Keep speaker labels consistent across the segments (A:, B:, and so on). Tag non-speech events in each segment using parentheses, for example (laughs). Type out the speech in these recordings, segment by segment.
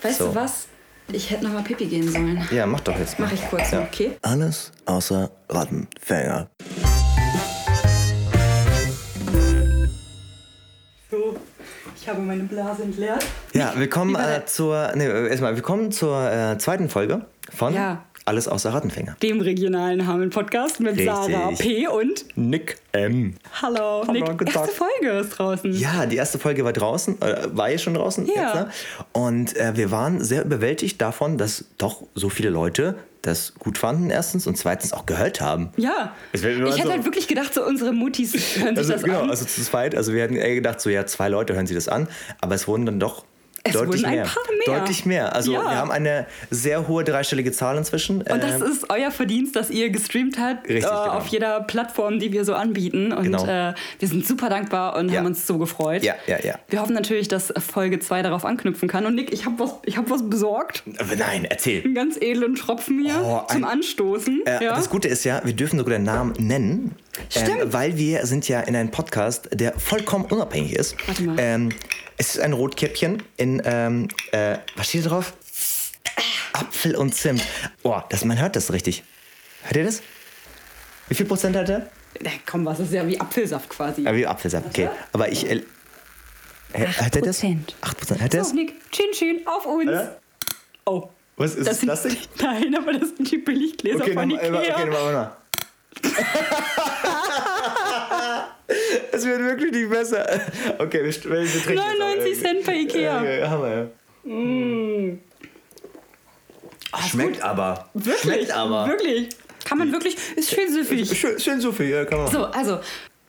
A: Weißt
B: So.
A: du was? Ich hätte nochmal Pipi gehen sollen.
B: Ja, mach doch jetzt mal.
A: Mach ich kurz,
B: Ja.
A: okay?
C: Alles außer Rattenfänger.
D: So, ich habe meine Blase entleert.
B: Ja, willkommen äh, zur, nee, erstmal willkommen zur äh, zweiten Folge von
A: Ja.
B: Alles außer Rattenfänger.
D: Dem regionalen Hameln-Podcast mit
B: Richtig.
D: Sarah P. und
B: Nick M.
D: Hallo, Nick.
B: guten Tag.
D: Erste Folge ist draußen.
B: Ja, die erste Folge war draußen, äh, war ja schon draußen.
D: Ja.
B: ne? Und äh, wir waren sehr überwältigt davon, dass doch so viele Leute das gut fanden, erstens und zweitens auch gehört haben.
D: Ja.
B: Es
D: Ich
B: wird immer
D: hätte
B: so-
D: halt wirklich gedacht, so unsere Mutis hören sich
B: Also,
D: das
B: genau,
D: an.
B: also zu zweit. Also wir hatten eher gedacht, so ja, zwei Leute hören sich das an, aber es wurden dann doch
D: Es
B: deutlich
D: wurden ein
B: mehr.
D: paar mehr.
B: Deutlich mehr. Also
D: Ja.
B: wir haben eine sehr hohe dreistellige Zahl inzwischen. ähm,
D: Und das ist halt euer Verdienst, dass ihr gestreamt habt
B: Richtig,
D: äh,
B: genau.
D: auf jeder Plattform, die wir so anbieten. Und
B: Genau.
D: äh, wir sind super dankbar und
B: Ja.
D: haben uns so gefreut.
B: Ja, ja, ja.
D: Wir hoffen natürlich, dass Folge 2 darauf anknüpfen kann. Und Nick, ich habe was, ich hab was besorgt.
B: Aber Nein, erzähl.
D: Einen ganz edlen Tropfen hier
B: Oh, ein-
D: zum Anstoßen.
B: Äh,
D: ja.
B: Das Gute ist ja, wir dürfen sogar den Namen nennen, ähm,
D: Stimmt.
B: weil wir sind ja in einem Podcast, der vollkommen unabhängig ist.
D: Warte mal.
B: Ähm, es ist ein Rotkäppchen in, ähm, äh, was steht da drauf? Apfel und Zimt. Oh, das, man hört das richtig. Hört ihr das? Wie viel Prozent hat er?
D: Na, Äh, komm, was ist ja wie Apfelsaft quasi.
B: Ja, wie Apfelsaft, okay. Aber ich... Äh, hä- hat er das?
D: 8%.
B: 8%. Hat er das?
D: So, Nick, schön, schön, auf uns.
B: Ja?
D: Oh.
B: Was, ist das
D: sind,
B: Plastik?
D: (laughs) Nein, aber das sind die Billiggläser
B: Okay,
D: von
B: nochmal,
D: Ikea.
B: äh, okay, nochmal, nochmal. (laughs) Es wird wirklich nicht besser. Okay, wir, st- wir wir trinken. jetzt auch
D: 99
B: irgendwie.
D: Cent bei Ikea. Mm.
B: Okay, Hammer, ja. Schmeckt aber.
D: Ah, Wirklich,
B: Schmeckt aber.
D: Wirklich. Kann
B: Hm.
D: man wirklich, ist schön süffig.
B: Schön, schön so viel, ja, kann man.
D: So, also,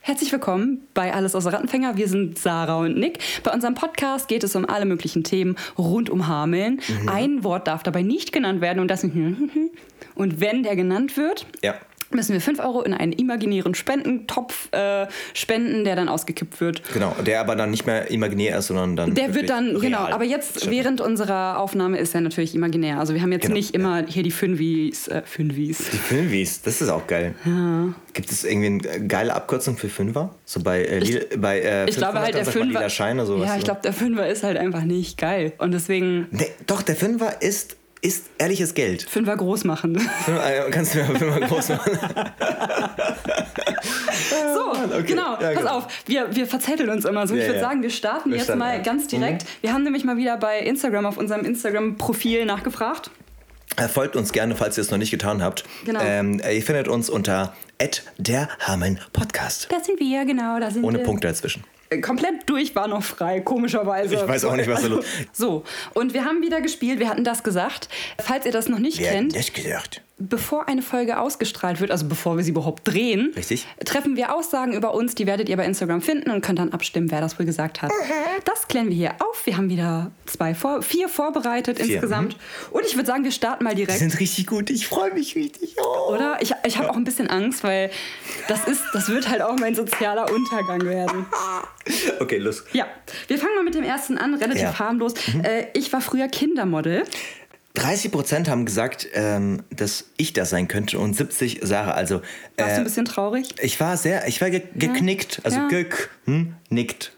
D: herzlich willkommen bei Alles außer Rattenfänger. Wir sind Sarah und Nick. Bei unserem Podcast geht es um alle möglichen Themen rund um Hameln.
B: Mhm.
D: Ein Wort darf dabei nicht genannt werden und das nicht. (laughs) Und wenn der genannt wird,
B: Ja.
D: müssen wir 5 Euro in einen imaginären Spendentopf äh, spenden, der dann ausgekippt wird.
B: Genau, der aber dann nicht mehr imaginär ist, sondern dann.
D: Der
B: wirklich
D: wird dann,
B: real.
D: genau, aber jetzt
B: Stimmt.
D: während unserer Aufnahme ist er natürlich imaginär. Also wir haben jetzt
B: Genau,
D: nicht immer hier die Fünfis, äh, Fünfis.
B: Die Fünfis, das ist auch geil. Ja. Gibt es irgendwie eine geile Abkürzung für Fünfer? So bei, äh, Lila, bei äh,
D: Ich glaube halt,
B: 500,
D: der
B: dann sagt man
D: Fünfer.
B: Lila Schein oder sowas.
D: ja, ich
B: ne?
D: glaube, der Fünfer ist halt einfach nicht geil. Und deswegen
B: Nee, doch, der Fünfer ist, ist ehrliches Geld.
D: Fünfer groß machen.
B: Fünfer, äh, kannst du mir Fünfer groß
D: (laughs)
B: machen?
D: so,
B: okay.
D: genau.
B: Ja,
D: pass
B: genau.
D: auf, wir, wir verzetteln uns immer so.
B: Ja,
D: ich würde
B: ja.
D: sagen, wir starten
B: Wir
D: jetzt
B: starten,
D: mal
B: ja. Mhm.
D: ganz direkt. Wir haben nämlich mal wieder bei Instagram auf unserem Instagram-Profil nachgefragt.
B: Äh, Folgt uns gerne, falls ihr es noch nicht getan habt.
D: Genau.
B: Ähm, ihr findet uns unter der Hameln Podcast.
D: Das sind wir, genau. Das sind
B: Ohne
D: wir.
B: Punkte dazwischen.
D: Äh, Komplett durch war noch frei, komischerweise.
B: Ich weiß auch nicht, was da los ist.
D: (laughs) So, und wir haben wieder gespielt, wir hatten das gesagt. Falls ihr das noch nicht
B: Wer hat
D: kennt,
B: das gesagt?
D: bevor eine Folge ausgestrahlt wird, also bevor wir sie überhaupt drehen,
B: Richtig.
D: treffen wir Aussagen über uns, die werdet ihr bei Instagram finden und könnt dann abstimmen, wer das wohl gesagt hat. Das klären wir hier auf. Wir haben wieder zwei, vor, vier vorbereitet insgesamt. Und ich würde sagen, wir starten mal
B: Die
D: direkt.
B: mhm. sind richtig gut, ich freue mich richtig. Oh.
D: Oder? Ich, ich habe auch ein bisschen Angst, weil das ist, das wird halt auch mein sozialer Untergang werden.
B: Okay, los.
D: Ja, wir fangen mal mit dem ersten an, relativ
B: Ja. Mhm.
D: harmlos. Äh, ich war früher Kindermodel.
B: 30% haben gesagt, ähm, dass ich das sein könnte und 70 Sarah. Also
D: Warst du
B: äh,
D: ein bisschen traurig?
B: ich war sehr, ich war ge geknickt, also
D: Ja.
B: gek, hm, nickt.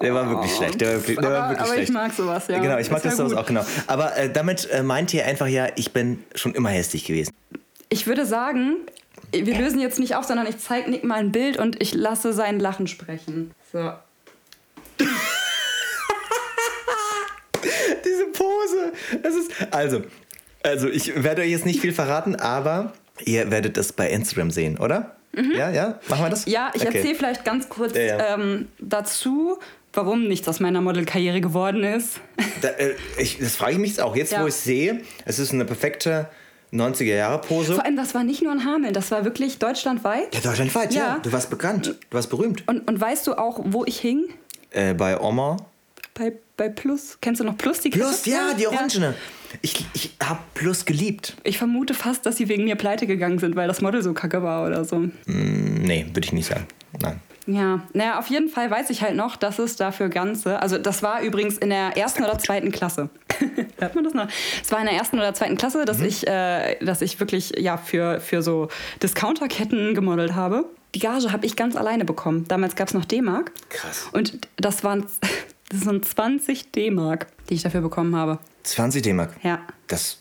B: Der war wirklich schlecht. Der war wirklich, der war
D: Aber-
B: wirklich
D: aber ich
B: schlecht.
D: mag sowas, ja.
B: Genau, ich mag
D: Ist ja
B: das sowas
D: gut.
B: auch, genau. Aber äh, damit äh, meint ihr einfach ja, ich bin schon immer hässlich gewesen.
D: Ich würde sagen, wir lösen jetzt nicht auf, sondern ich zeige Nick mal ein Bild und ich lasse sein Lachen sprechen. So.
B: Diese Pose. Es ist. Also, also ich werde euch jetzt nicht viel verraten, aber ihr werdet es bei Instagram sehen, oder? Ja, ja? Machen wir das?
D: Mhm. Ja, ich
B: Okay.
D: erzähle vielleicht ganz kurz
B: Ja, ja.
D: Ähm, dazu, warum nichts aus meiner Modelkarriere geworden ist. (laughs)
B: Da, äh, ich, das frage ich mich jetzt auch. Jetzt,
D: Ja.
B: wo ich sehe, es ist eine perfekte 90er-Jahre-Pose.
D: Vor allem, das war nicht nur in Hameln, das war wirklich deutschlandweit.
B: Ja, deutschlandweit, ja.
D: Ja.
B: Du warst bekannt. Du warst berühmt.
D: Und, und weißt du auch, wo ich hing?
B: Äh, bei Oma.
D: Bei, bei Plus. Kennst du noch Plus? Die
B: Plus,
D: Kette?
B: ja, die Orangene. Ich, ich habe Plus geliebt.
D: Ich vermute fast, dass sie wegen mir pleite gegangen sind, weil das Model so kacke war oder so.
B: Nee, würde ich nicht sagen. Nein.
D: Ja, naja, auf jeden Fall weiß ich halt noch, dass es dafür Ganze, also das war übrigens in der ersten oder zweiten Klasse. (laughs) Hört man das noch? Es war in der ersten oder zweiten Klasse, dass ich, äh, dass ich wirklich ja für, für so Discounterketten gemodelt habe. Die Gage habe ich ganz alleine bekommen. Damals gab es noch D-Mark.
B: Krass.
D: Und das waren (laughs) Das sind 20 D-Mark, die ich dafür bekommen habe.
B: 20 D-Mark.
D: Ja.
B: Das,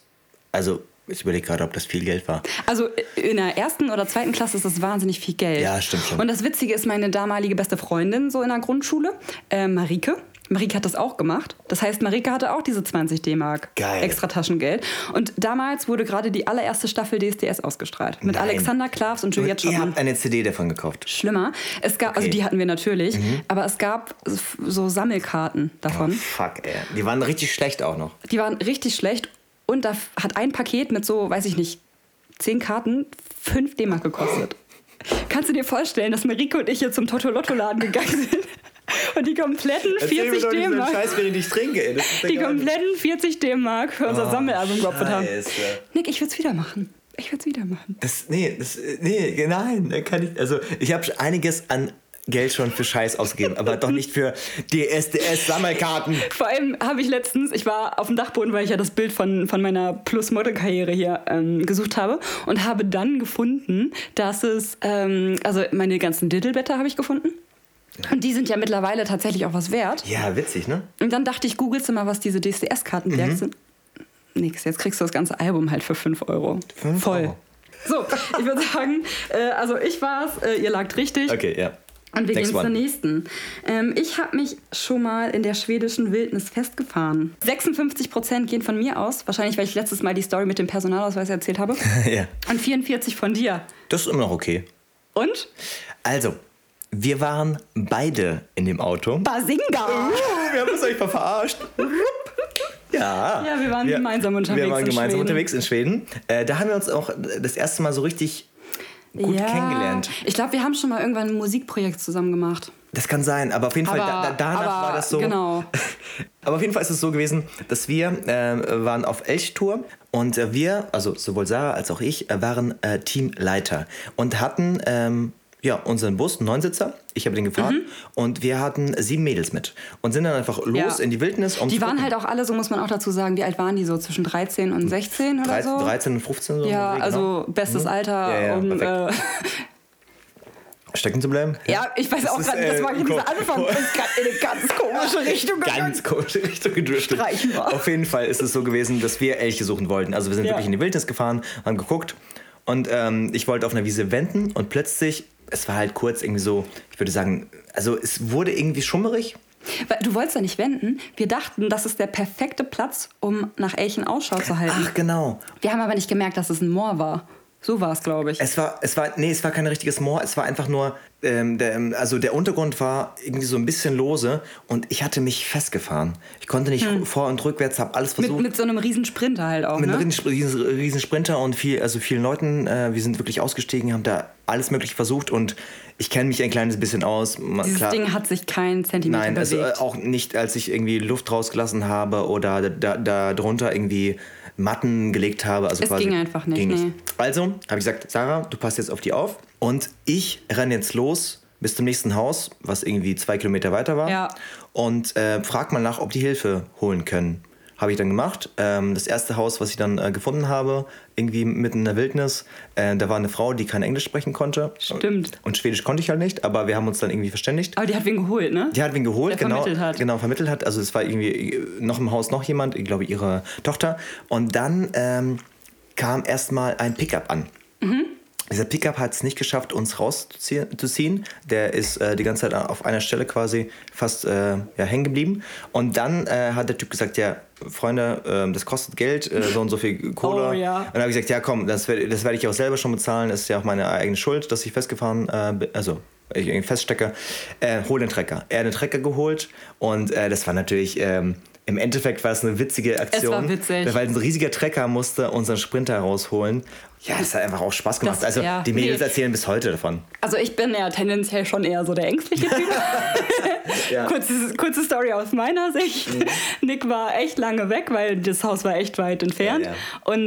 B: also, ich überlege gerade, ob das viel Geld war.
D: Also in der ersten oder zweiten Klasse ist das wahnsinnig viel Geld.
B: Ja, stimmt schon.
D: Und das Witzige ist, meine damalige beste Freundin so in der Grundschule, äh, Marike. Marike hat das auch gemacht. Das heißt, Marike hatte auch diese 20 D-Mark
B: Geil.
D: extra Taschengeld. Und damals wurde gerade die allererste Staffel DSDS ausgestrahlt. Mit
B: Nein.
D: Alexander Klavs und Juliette
B: ihr
D: Schottmann.
B: habt eine CD davon gekauft.
D: Schlimmer. Es gab, also
B: Okay. Mhm.
D: die hatten wir natürlich, aber es gab so Sammelkarten davon.
B: Oh, Fuck, ey. Die waren richtig schlecht auch noch.
D: Die waren richtig schlecht. Und da f- hat ein Paket mit so, weiß ich nicht, zehn Karten 5 D-Mark gekostet. Kannst du dir vorstellen, dass Marike und ich hier zum Totolotto-Laden gegangen sind und die kompletten 40 D-Mark,
B: während ich trinke, ey. Das ist
D: die kompletten 40 D-Mark für unser Sammelalbum geopfert haben?
B: Ah. Scheiße.
D: Nick, ich würde es wieder machen. Ich würde es wieder machen.
B: Das, nee, das, nee, nein, da kann ich, also ich habe einiges an Geld schon für Scheiß ausgegeben, aber doch nicht für DSDS-Sammelkarten.
D: Vor allem habe ich letztens, ich war auf dem Dachboden, weil ich ja das Bild von, von meiner Plus-Model-Karriere hier ähm, gesucht habe und habe dann gefunden, dass es, ähm, also meine ganzen Diddleblätter habe ich gefunden. Und die sind ja mittlerweile tatsächlich auch was wert.
B: Ja, witzig, ne?
D: Und dann dachte ich, googelst du mal, was diese DCS-Karten
B: Mhm.
D: wert sind. Nix, jetzt kriegst du das ganze Album halt für 5 Euro.
B: Fünf
D: Voll.
B: Euro.
D: So, ich würde (laughs) sagen, äh, also ich war's, äh, ihr lagt richtig.
B: Okay, ja.
D: Und wir
B: Next
D: gehen zur
B: one.
D: nächsten. Ähm, ich habe mich schon mal in der schwedischen Wildnis festgefahren. 56 Prozent gehen von mir aus, wahrscheinlich weil ich letztes Mal die Story mit dem Personalausweis erzählt
B: (laughs)
D: habe.
B: ja,
D: Und 44 von dir.
B: das ist immer noch okay.
D: Und
B: Also, wir waren beide in dem Auto.
D: Basinga!
B: Wir haben uns euch mal verarscht. Ja.
D: Ja, wir waren gemeinsam unterwegs
B: Wir waren
D: in
B: gemeinsam
D: Schweden.
B: unterwegs in Schweden. Äh, da haben wir uns auch das erste Mal so richtig gut
D: ja.
B: kennengelernt.
D: Ich glaube, wir haben schon mal irgendwann ein Musikprojekt zusammen gemacht.
B: Das kann sein, aber auf jeden Fall, da,
D: Aber-
B: da, danach
D: aber
B: war das so.
D: genau.
B: (laughs) aber auf jeden Fall ist es so gewesen, dass wir äh, waren auf Elchtour und äh, wir, also sowohl Sarah als auch ich, äh, waren äh, Teamleiter und hatten ähm, ja, unseren Bus, einen Neunsitzer, ich habe den gefahren und wir hatten sieben Mädels mit und sind dann einfach los
D: Mhm. Ja.
B: in die Wildnis. Um
D: Die
B: zu
D: waren
B: gucken.
D: halt auch alle, so muss man auch dazu sagen, wie alt waren die so? Zwischen 13 und 16 oder
B: 13,
D: so?
B: 13 und 15 so.
D: Ja,
B: genau.
D: also bestes Alter,
B: Ja, ja,
D: um. Äh,
B: perfekt. Stecken zu bleiben?
D: (laughs) ja, ich weiß auch
B: ist,
D: gerade, das
B: äh,
D: war hier dieser
B: kom-
D: Anfang. Das ist gerade in eine ganz komische Also
B: (laughs)
D: Richtung gegangen.
B: ganz komische Richtung gedriftet.
D: Streichen wir.
B: Auf jeden Fall ist es so gewesen, dass wir Elche suchen wollten. Also wir sind
D: Ja.
B: wirklich in die Wildnis gefahren, haben geguckt und ähm, ich wollte auf einer Wiese wenden und plötzlich, es war halt kurz irgendwie so, ich würde sagen, also es wurde irgendwie schummerig.
D: Weil Du wolltest ja nicht wenden. Wir dachten, das ist der perfekte Platz, um nach Elchen Ausschau zu halten.
B: Ach genau.
D: Wir haben aber nicht gemerkt, dass es ein Moor war. So war es, glaube ich.
B: Es war, es war, nee, es war kein richtiges Moor, es war einfach nur, ähm, der, ähm, also der Untergrund war irgendwie so ein bisschen lose und ich hatte mich festgefahren. Ich konnte nicht vor- und rückwärts, habe alles
D: Hm. mit,
B: versucht.
D: mit so einem riesen Sprinter halt auch.
B: mit
D: Ne?
B: einem riesen, riesen, riesen Sprinter und viel, also vielen Leuten. Äh, wir sind wirklich ausgestiegen, haben da alles Mögliche versucht und ich kenne mich ein kleines bisschen aus. Ma-
D: Dieses
B: klar,
D: Ding hat sich kein Zentimeter
B: nein, also
D: bewegt.
B: äh, auch nicht, als ich irgendwie Luft rausgelassen habe oder da, da drunter irgendwie Matten gelegt habe. Also
D: Es
B: quasi,
D: ging einfach nicht, nee.
B: Also habe ich gesagt, Sarah, du passt jetzt auf die auf und ich renne jetzt los bis zum nächsten Haus, was irgendwie zwei Kilometer weiter war
D: Ja.
B: und äh, frag mal nach, ob die Hilfe holen können. Habe ich dann gemacht. Ähm, das erste Haus, was ich dann äh, gefunden habe, irgendwie mitten in der Wildnis, äh, da war eine Frau, die kein Englisch sprechen konnte.
D: Stimmt.
B: Und Schwedisch konnte ich halt nicht, aber wir haben uns dann irgendwie verständigt.
D: aber die hat wen geholt, ne?
B: Die hat wen geholt,
D: Der
B: genau,
D: vermittelt hat.
B: genau vermittelt hat. Also es war irgendwie äh, noch im Haus noch jemand, ich glaube ihre Tochter. Und dann ähm, kam erstmal ein Pickup an. Dieser Pickup hat es nicht geschafft, uns rauszuzie- zu ziehen. Der ist äh, die ganze Zeit auf einer Stelle quasi fast äh, ja, hängen geblieben. Und dann äh, hat der Typ gesagt, ja, Freunde, ähm, das kostet Geld, äh, so und
D: (laughs)
B: so viel Cola.
D: Oh, ja.
B: Und dann habe ich gesagt, ja komm, das werde das werd ich auch selber schon bezahlen. Ist ja auch meine eigene Schuld, dass ich festgefahren äh, bin. Also ich irgendwie feststecke. Äh, hol den Trecker. Er hat den Trecker geholt und äh, das war natürlich... Ähm, im Endeffekt war es eine witzige Aktion,
D: witzig.
B: weil ein riesiger Trecker musste unseren Sprinter rausholen. Ja, es hat einfach auch Spaß gemacht.
D: Das-
B: also
D: ja,
B: die Mädels
D: nee.
B: erzählen bis heute davon.
D: Also ich bin ja tendenziell schon eher so der ängstliche Typ.
B: (laughs) Ja. Mhm.
D: kurze, kurze Story aus meiner Sicht. Nick war echt lange weg, weil das Haus war echt weit entfernt.
B: Ja, Mhm.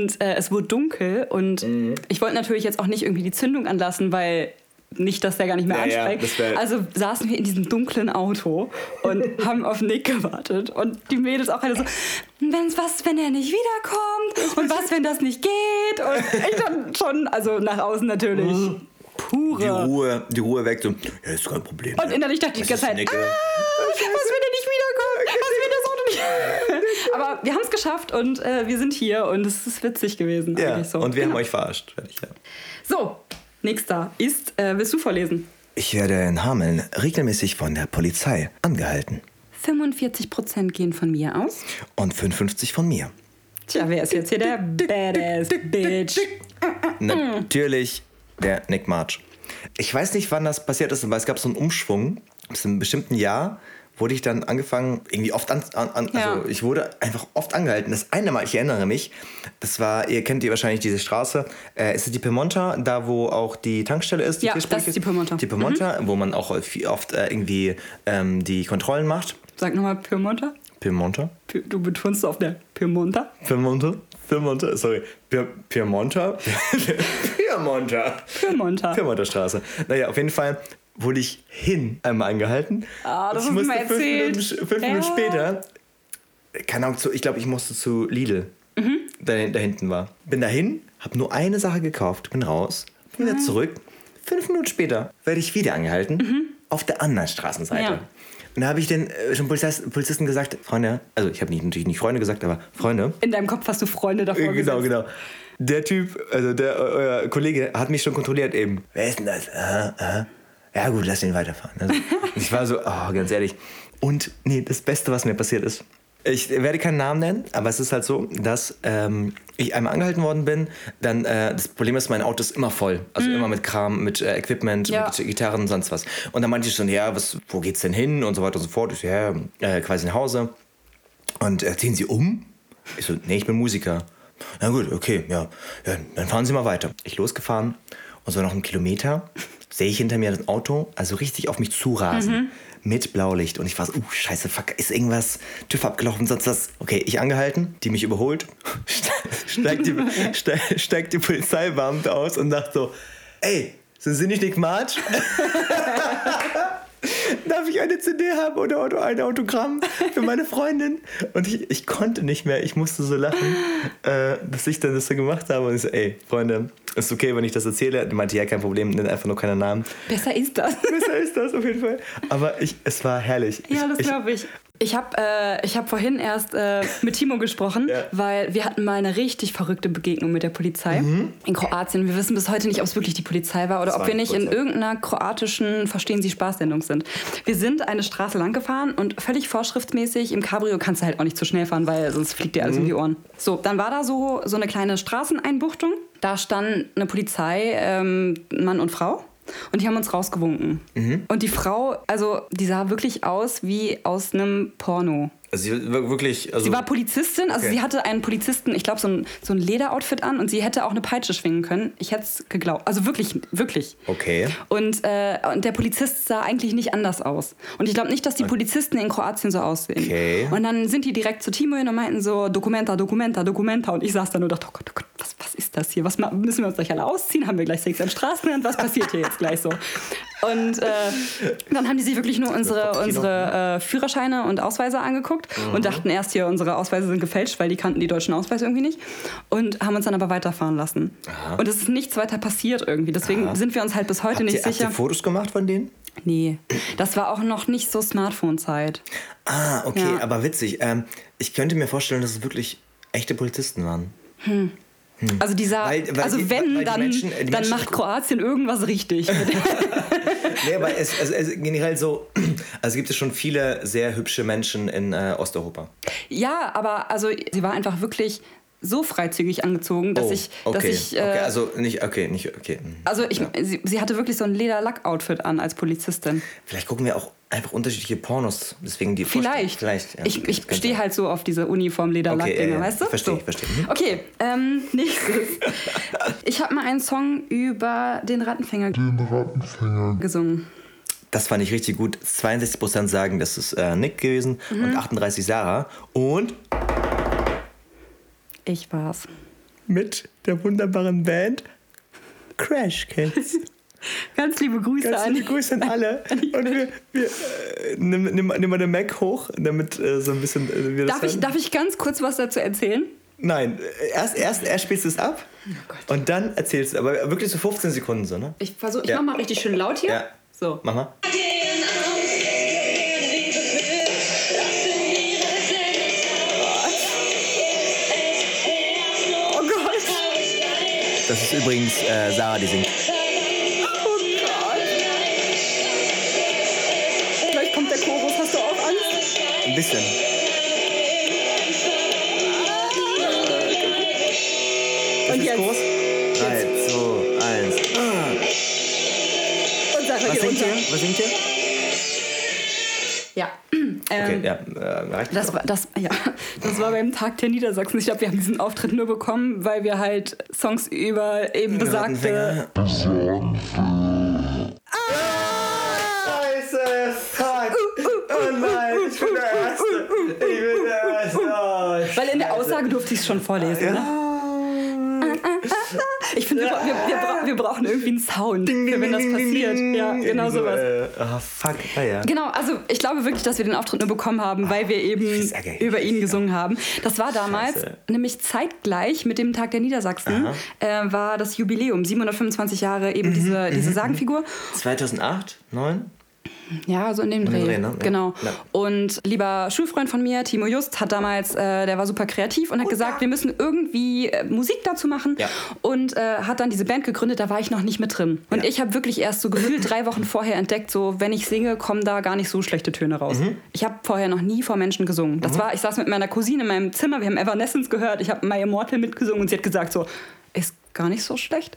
D: Und äh, es wurde dunkel. Und ich wollte natürlich jetzt auch nicht irgendwie die Zündung anlassen, weil nicht, dass der gar nicht mehr
B: Ja, ja,
D: ansteigt.
B: das wär-
D: also saßen wir in diesem dunklen Auto
B: (laughs)
D: und haben auf Nick gewartet. Und die Mädels auch alle so, wenn's was, wenn er nicht wiederkommt? Und was, wenn das nicht geht? Und ich dann schon, also nach außen natürlich, pure
B: Mhm. Die Ruhe, die Ruhe weg. So, ja, ist kein Problem.
D: und innerlich dachte ich die
B: Das
D: ganze
B: ist
D: Zeit, ah,
B: Nicke.
D: was, wenn er nicht wiederkommt? (laughs) Aber wir haben es geschafft und äh, wir sind hier und es ist witzig gewesen.
B: Ja,
D: eigentlich so.
B: und wir
D: genau.
B: haben euch verarscht. Fertig, ja.
D: So, nächster ist, äh, willst du vorlesen?
C: Ich werde in Hameln regelmäßig von der Polizei angehalten.
D: 45% gehen von mir aus.
C: Und 55 von mir.
D: Tja, wer ist jetzt hier der Badass Bitch? Hm.
B: Natürlich der Nick March. Ich weiß nicht, wann das passiert ist, aber es gab so einen Umschwung. Bis in einem bestimmten Jahr wurde ich dann angefangen, irgendwie oft an, an an-
D: Ja.
B: also ich wurde einfach oft angehalten. Das eine Mal, ich erinnere mich, das war, ihr kennt ihr wahrscheinlich diese Straße, äh, ist es die Piemonta, da wo auch die Tankstelle ist? Die
D: Ja,
B: viersprachige?
D: das ist die Mhm. Piemonta.
B: Die Piemonta, wo man auch viel- oft äh, irgendwie ähm, die Kontrollen macht.
D: Sag nochmal Pyrmonta.
B: Piemonta?
D: Du betonst auf der Pyrmonta.
B: Piemonta? Piemonta, sorry. Pier- (laughs) Piemonta? Piemonta.
D: Pyrmonta.
B: Pyrmonter Straße. Naja, auf jeden Fall wurde ich hin einmal angehalten.
D: Ah, das hast
B: ich
D: du
B: musste
D: mir
B: fünf Minuten,
D: erzählt.
B: sch- fünf
D: Ja.
B: Minuten später, keine Ahnung, zu, ich glaube, ich musste zu Lidl,
D: Mhm.
B: da, da hinten war. Bin dahin, habe nur eine Sache gekauft, bin raus, bin
D: Mhm.
B: wieder zurück. Fünf Minuten später werde ich wieder angehalten, auf der anderen Straßenseite.
D: Ja.
B: Und da habe ich den äh, schon Polizist, Polizisten gesagt, Freunde, also ich habe nicht, natürlich nicht Freunde gesagt, aber Freunde,
D: In deinem Kopf hast du Freunde davor
B: äh, Genau,
D: gesetzt.
B: genau. Der Typ, also der, eu- euer Kollege, hat mich schon kontrolliert eben. Wer ist denn das? Aha, aha. Ja gut, lass ihn weiterfahren.
D: (laughs)
B: Also, ich war so, oh, ganz ehrlich. Und nee, das Beste, was mir passiert ist, ich werde keinen Namen nennen, aber es ist halt so, dass ähm, ich einmal angehalten worden bin. Dann äh, das Problem ist, mein Auto ist immer voll, also immer mit Kram, mit äh, Equipment,
D: Mhm. Ja.
B: mit Gitarren und sonst was. Und dann meinte ich schon, ja, was, wo geht's denn hin und so weiter und so fort. Ich so, ja, äh, quasi nach Hause. Und äh, ziehen Sie um? Ich so, nee, ich bin Musiker. Na gut, okay, ja. ja. Dann fahren Sie mal weiter. Ich losgefahren und so nach einem Kilometer sehe ich hinter mir das Auto, also richtig auf mich zurasen. Mit Blaulicht. Und ich war so, uh, scheiße, fuck, ist irgendwas TÜV abgelaufen, sonst was. Okay, ich angehalten, die mich überholt, (laughs) steigt die, ste- steigt die Polizeibeamte aus und sagt so, ey, sind Sie nicht Nick March? Darf ich eine CD haben oder, oder ein Autogramm für meine Freundin? Und ich, ich konnte nicht mehr, ich musste so lachen, äh, dass ich dann das so gemacht habe. Und ich so, ey, Freunde, ist okay, wenn ich das erzähle? Die meinte, ja, kein Problem, nenn einfach nur keinen Namen.
D: Besser ist
B: (laughs)
D: das.
B: Besser ist das auf jeden Fall. Aber ich, es war herrlich.
D: Ja, das glaube ich. Ich habe äh, ich hab vorhin erst äh, mit Timo gesprochen,
B: Ja.
D: weil wir hatten mal eine richtig verrückte Begegnung mit der Polizei
B: Mhm.
D: in Kroatien. Wir wissen bis heute nicht, ob es wirklich die Polizei war oder ob
B: war
D: wir
B: eine
D: nicht in
B: Polizei.
D: irgendeiner kroatischen Verstehen Sie Spaß-Sendung sind. Wir sind eine Straße lang gefahren und völlig vorschriftsmäßig im Cabrio kannst du halt auch nicht zu schnell fahren, weil sonst fliegt dir alles
B: Mhm.
D: um die Ohren. So, dann war da so, so eine kleine Straßeneinbuchtung. Da standen eine Polizei, ähm, Mann und Frau. Und die haben uns rausgewunken.
B: Mhm.
D: Und die Frau, also die sah wirklich aus wie aus einem Porno.
B: Also, sie war wirklich, also,
D: Sie war Polizistin, also
B: Okay.
D: sie hatte einen Polizisten, ich glaube, so ein, so ein Lederoutfit an und sie hätte auch eine Peitsche schwingen können. Ich hätte es geglaubt. Also wirklich, wirklich.
B: Okay.
D: Und, äh, und der Polizist sah eigentlich nicht anders aus. Und ich glaube nicht, dass die Polizisten in Kroatien so aussehen.
B: Okay.
D: Und dann sind die direkt zu Timo hin und meinten so, Dokumenta, Dokumenta, Dokumenta. Und ich saß da nur und dachte, oh Gott, oh Gott, was, was ist das hier? Was ma- müssen wir uns gleich alle ausziehen? Haben wir gleich Sex am Straßenrand? Was passiert hier jetzt gleich so? Und äh, dann haben die sich wirklich nur unsere, unsere äh, Führerscheine und Ausweise angeguckt
B: Mhm.
D: und dachten erst hier, unsere Ausweise sind gefälscht, weil die kannten die deutschen Ausweise irgendwie nicht. Und haben uns dann aber weiterfahren lassen. Und es ist nichts weiter passiert irgendwie. Deswegen sind wir uns halt bis heute
B: habt ihr,
D: nicht
B: habt ihr
D: sicher.
B: Fotos gemacht von denen?
D: Nee, das war auch noch nicht so Smartphone-Zeit.
B: Ah, okay,
D: Ja.
B: aber witzig. Ähm, ich könnte mir vorstellen, dass es wirklich echte Polizisten waren.
D: Also dieser,
B: Hm. Weil- weil
D: also
B: die-
D: wenn,
B: weil die
D: dann,
B: Menschen- die
D: dann
B: Menschen-
D: macht Kroatien irgendwas
B: (laughs)
D: richtig.
B: Nee, aber es, also, also generell so, also gibt es schon viele sehr hübsche Menschen in äh, Osteuropa.
D: ja, aber also sie war einfach wirklich so freizügig angezogen, dass
B: Oh,
D: ich,
B: okay.
D: dass ich, äh,
B: okay,
D: also,
B: also nicht, okay, nicht, okay. hm.
D: ich, sie, sie hatte wirklich so ein Lederlack-Outfit an als Polizistin.
B: Vielleicht gucken wir auch einfach unterschiedliche Pornos, deswegen die Vorstellung-
D: Vielleicht.
B: Vielleicht. ja.
D: ich ich
B: Könnte-
D: stehe halt so auf diese Uniform-Lederlack-Dinger,
B: Okay, ja, ja.
D: weißt du?
B: Verstehe,
D: so.
B: verstehe. Mhm.
D: Okay, ähm, (laughs) nächstes. ich habe mal einen Song über den Rattenfänger
E: den Rattenfänger
D: gesungen.
B: Das fand ich richtig gut. 62% sagen, das ist äh, Nick gewesen
D: Mhm.
B: und 38 Sarah. Und
D: Ich war's.
B: mit der wunderbaren Band Crash
D: (laughs)
B: Kids.
D: Ganz liebe Grüße
B: Ganz
D: an
B: liebe Grüße an alle.
D: (laughs)
B: Und wir, wir äh, nimm, nimm, nimm mal den Mac hoch, damit äh, so ein bisschen äh, wir das
D: Darf ich,
B: hören.
D: darf ich ganz kurz was dazu erzählen?
B: Nein, erst, erst, erst spielst du es ab
D: Oh Gott.
B: und dann erzählst du. Aber wirklich so 15 Sekunden so, ne?
D: Ich versuche, ich
B: Ja.
D: mach mal richtig schön laut hier.
B: Ja.
D: So.
B: Mach mal.
D: Oh
B: Das ist übrigens äh, Sarah, die singt.
D: Oh Gleich kommt der Chorus. Hast du auch Angst?
B: Ein bisschen. Das
D: Und
B: ist
D: jetzt?
B: groß. Eins, zwei, eins. Ah.
D: Und Sarah
B: Was
D: geht
B: singt
D: unter.
B: ihr? Was singt ihr?
D: Ja.
B: Okay,
D: Ähm,
B: ja, äh, reicht
D: Das war, das, ja, das war beim Tag der Niedersachsen. Ich glaube, wir haben diesen Auftritt nur bekommen, weil wir halt Songs über eben besagte. Ah!
B: Rattenfänger. Scheiße, fuck.
D: Uh.
B: Oh nein, ich bin der Erste. Ich bin der Erste. Oh,
D: (laughs) Weil in der Aussage durfte ich es schon vorlesen. Ne? Ich finde, wir, bra- wir, wir, bra wir brauchen irgendwie einen Sound, für wenn das passiert. Ja, genau sowas.
B: Ah, fuck. Ah, ja.
D: Genau, also ich glaube wirklich, dass wir den Auftritt nur bekommen haben, weil wir eben
B: weiß, ärgerlich,
D: über
B: ich
D: ihn
B: weiß,
D: gesungen haben. Das war damals
B: Scheiße.
D: nämlich zeitgleich mit dem Tag der Niedersachsen äh, war das Jubiläum, 725 Jahre
B: Mhm,
D: eben diese, diese Sagenfigur.
B: 2008, 9?
D: Ja, so in dem Dreh.
B: Dreh, ne? Ja.
D: Genau.
B: Ja.
D: Und lieber Schulfreund von mir, Timo Just, hat damals, äh, der war super kreativ und hat gesagt, wir müssen irgendwie äh, Musik dazu machen.
B: Ja.
D: Und äh, hat dann diese Band gegründet, da war ich noch nicht mit drin. Und ich habe wirklich erst so gefühlt drei Wochen vorher entdeckt, so wenn ich singe, kommen da gar nicht so schlechte Töne raus.
B: Mhm.
D: Ich habe vorher noch nie vor Menschen gesungen. Das war, ich saß mit meiner Cousine in meinem Zimmer, wir haben Evanescence gehört, ich habe My Immortal mitgesungen und sie hat gesagt so, ist gar nicht so schlecht.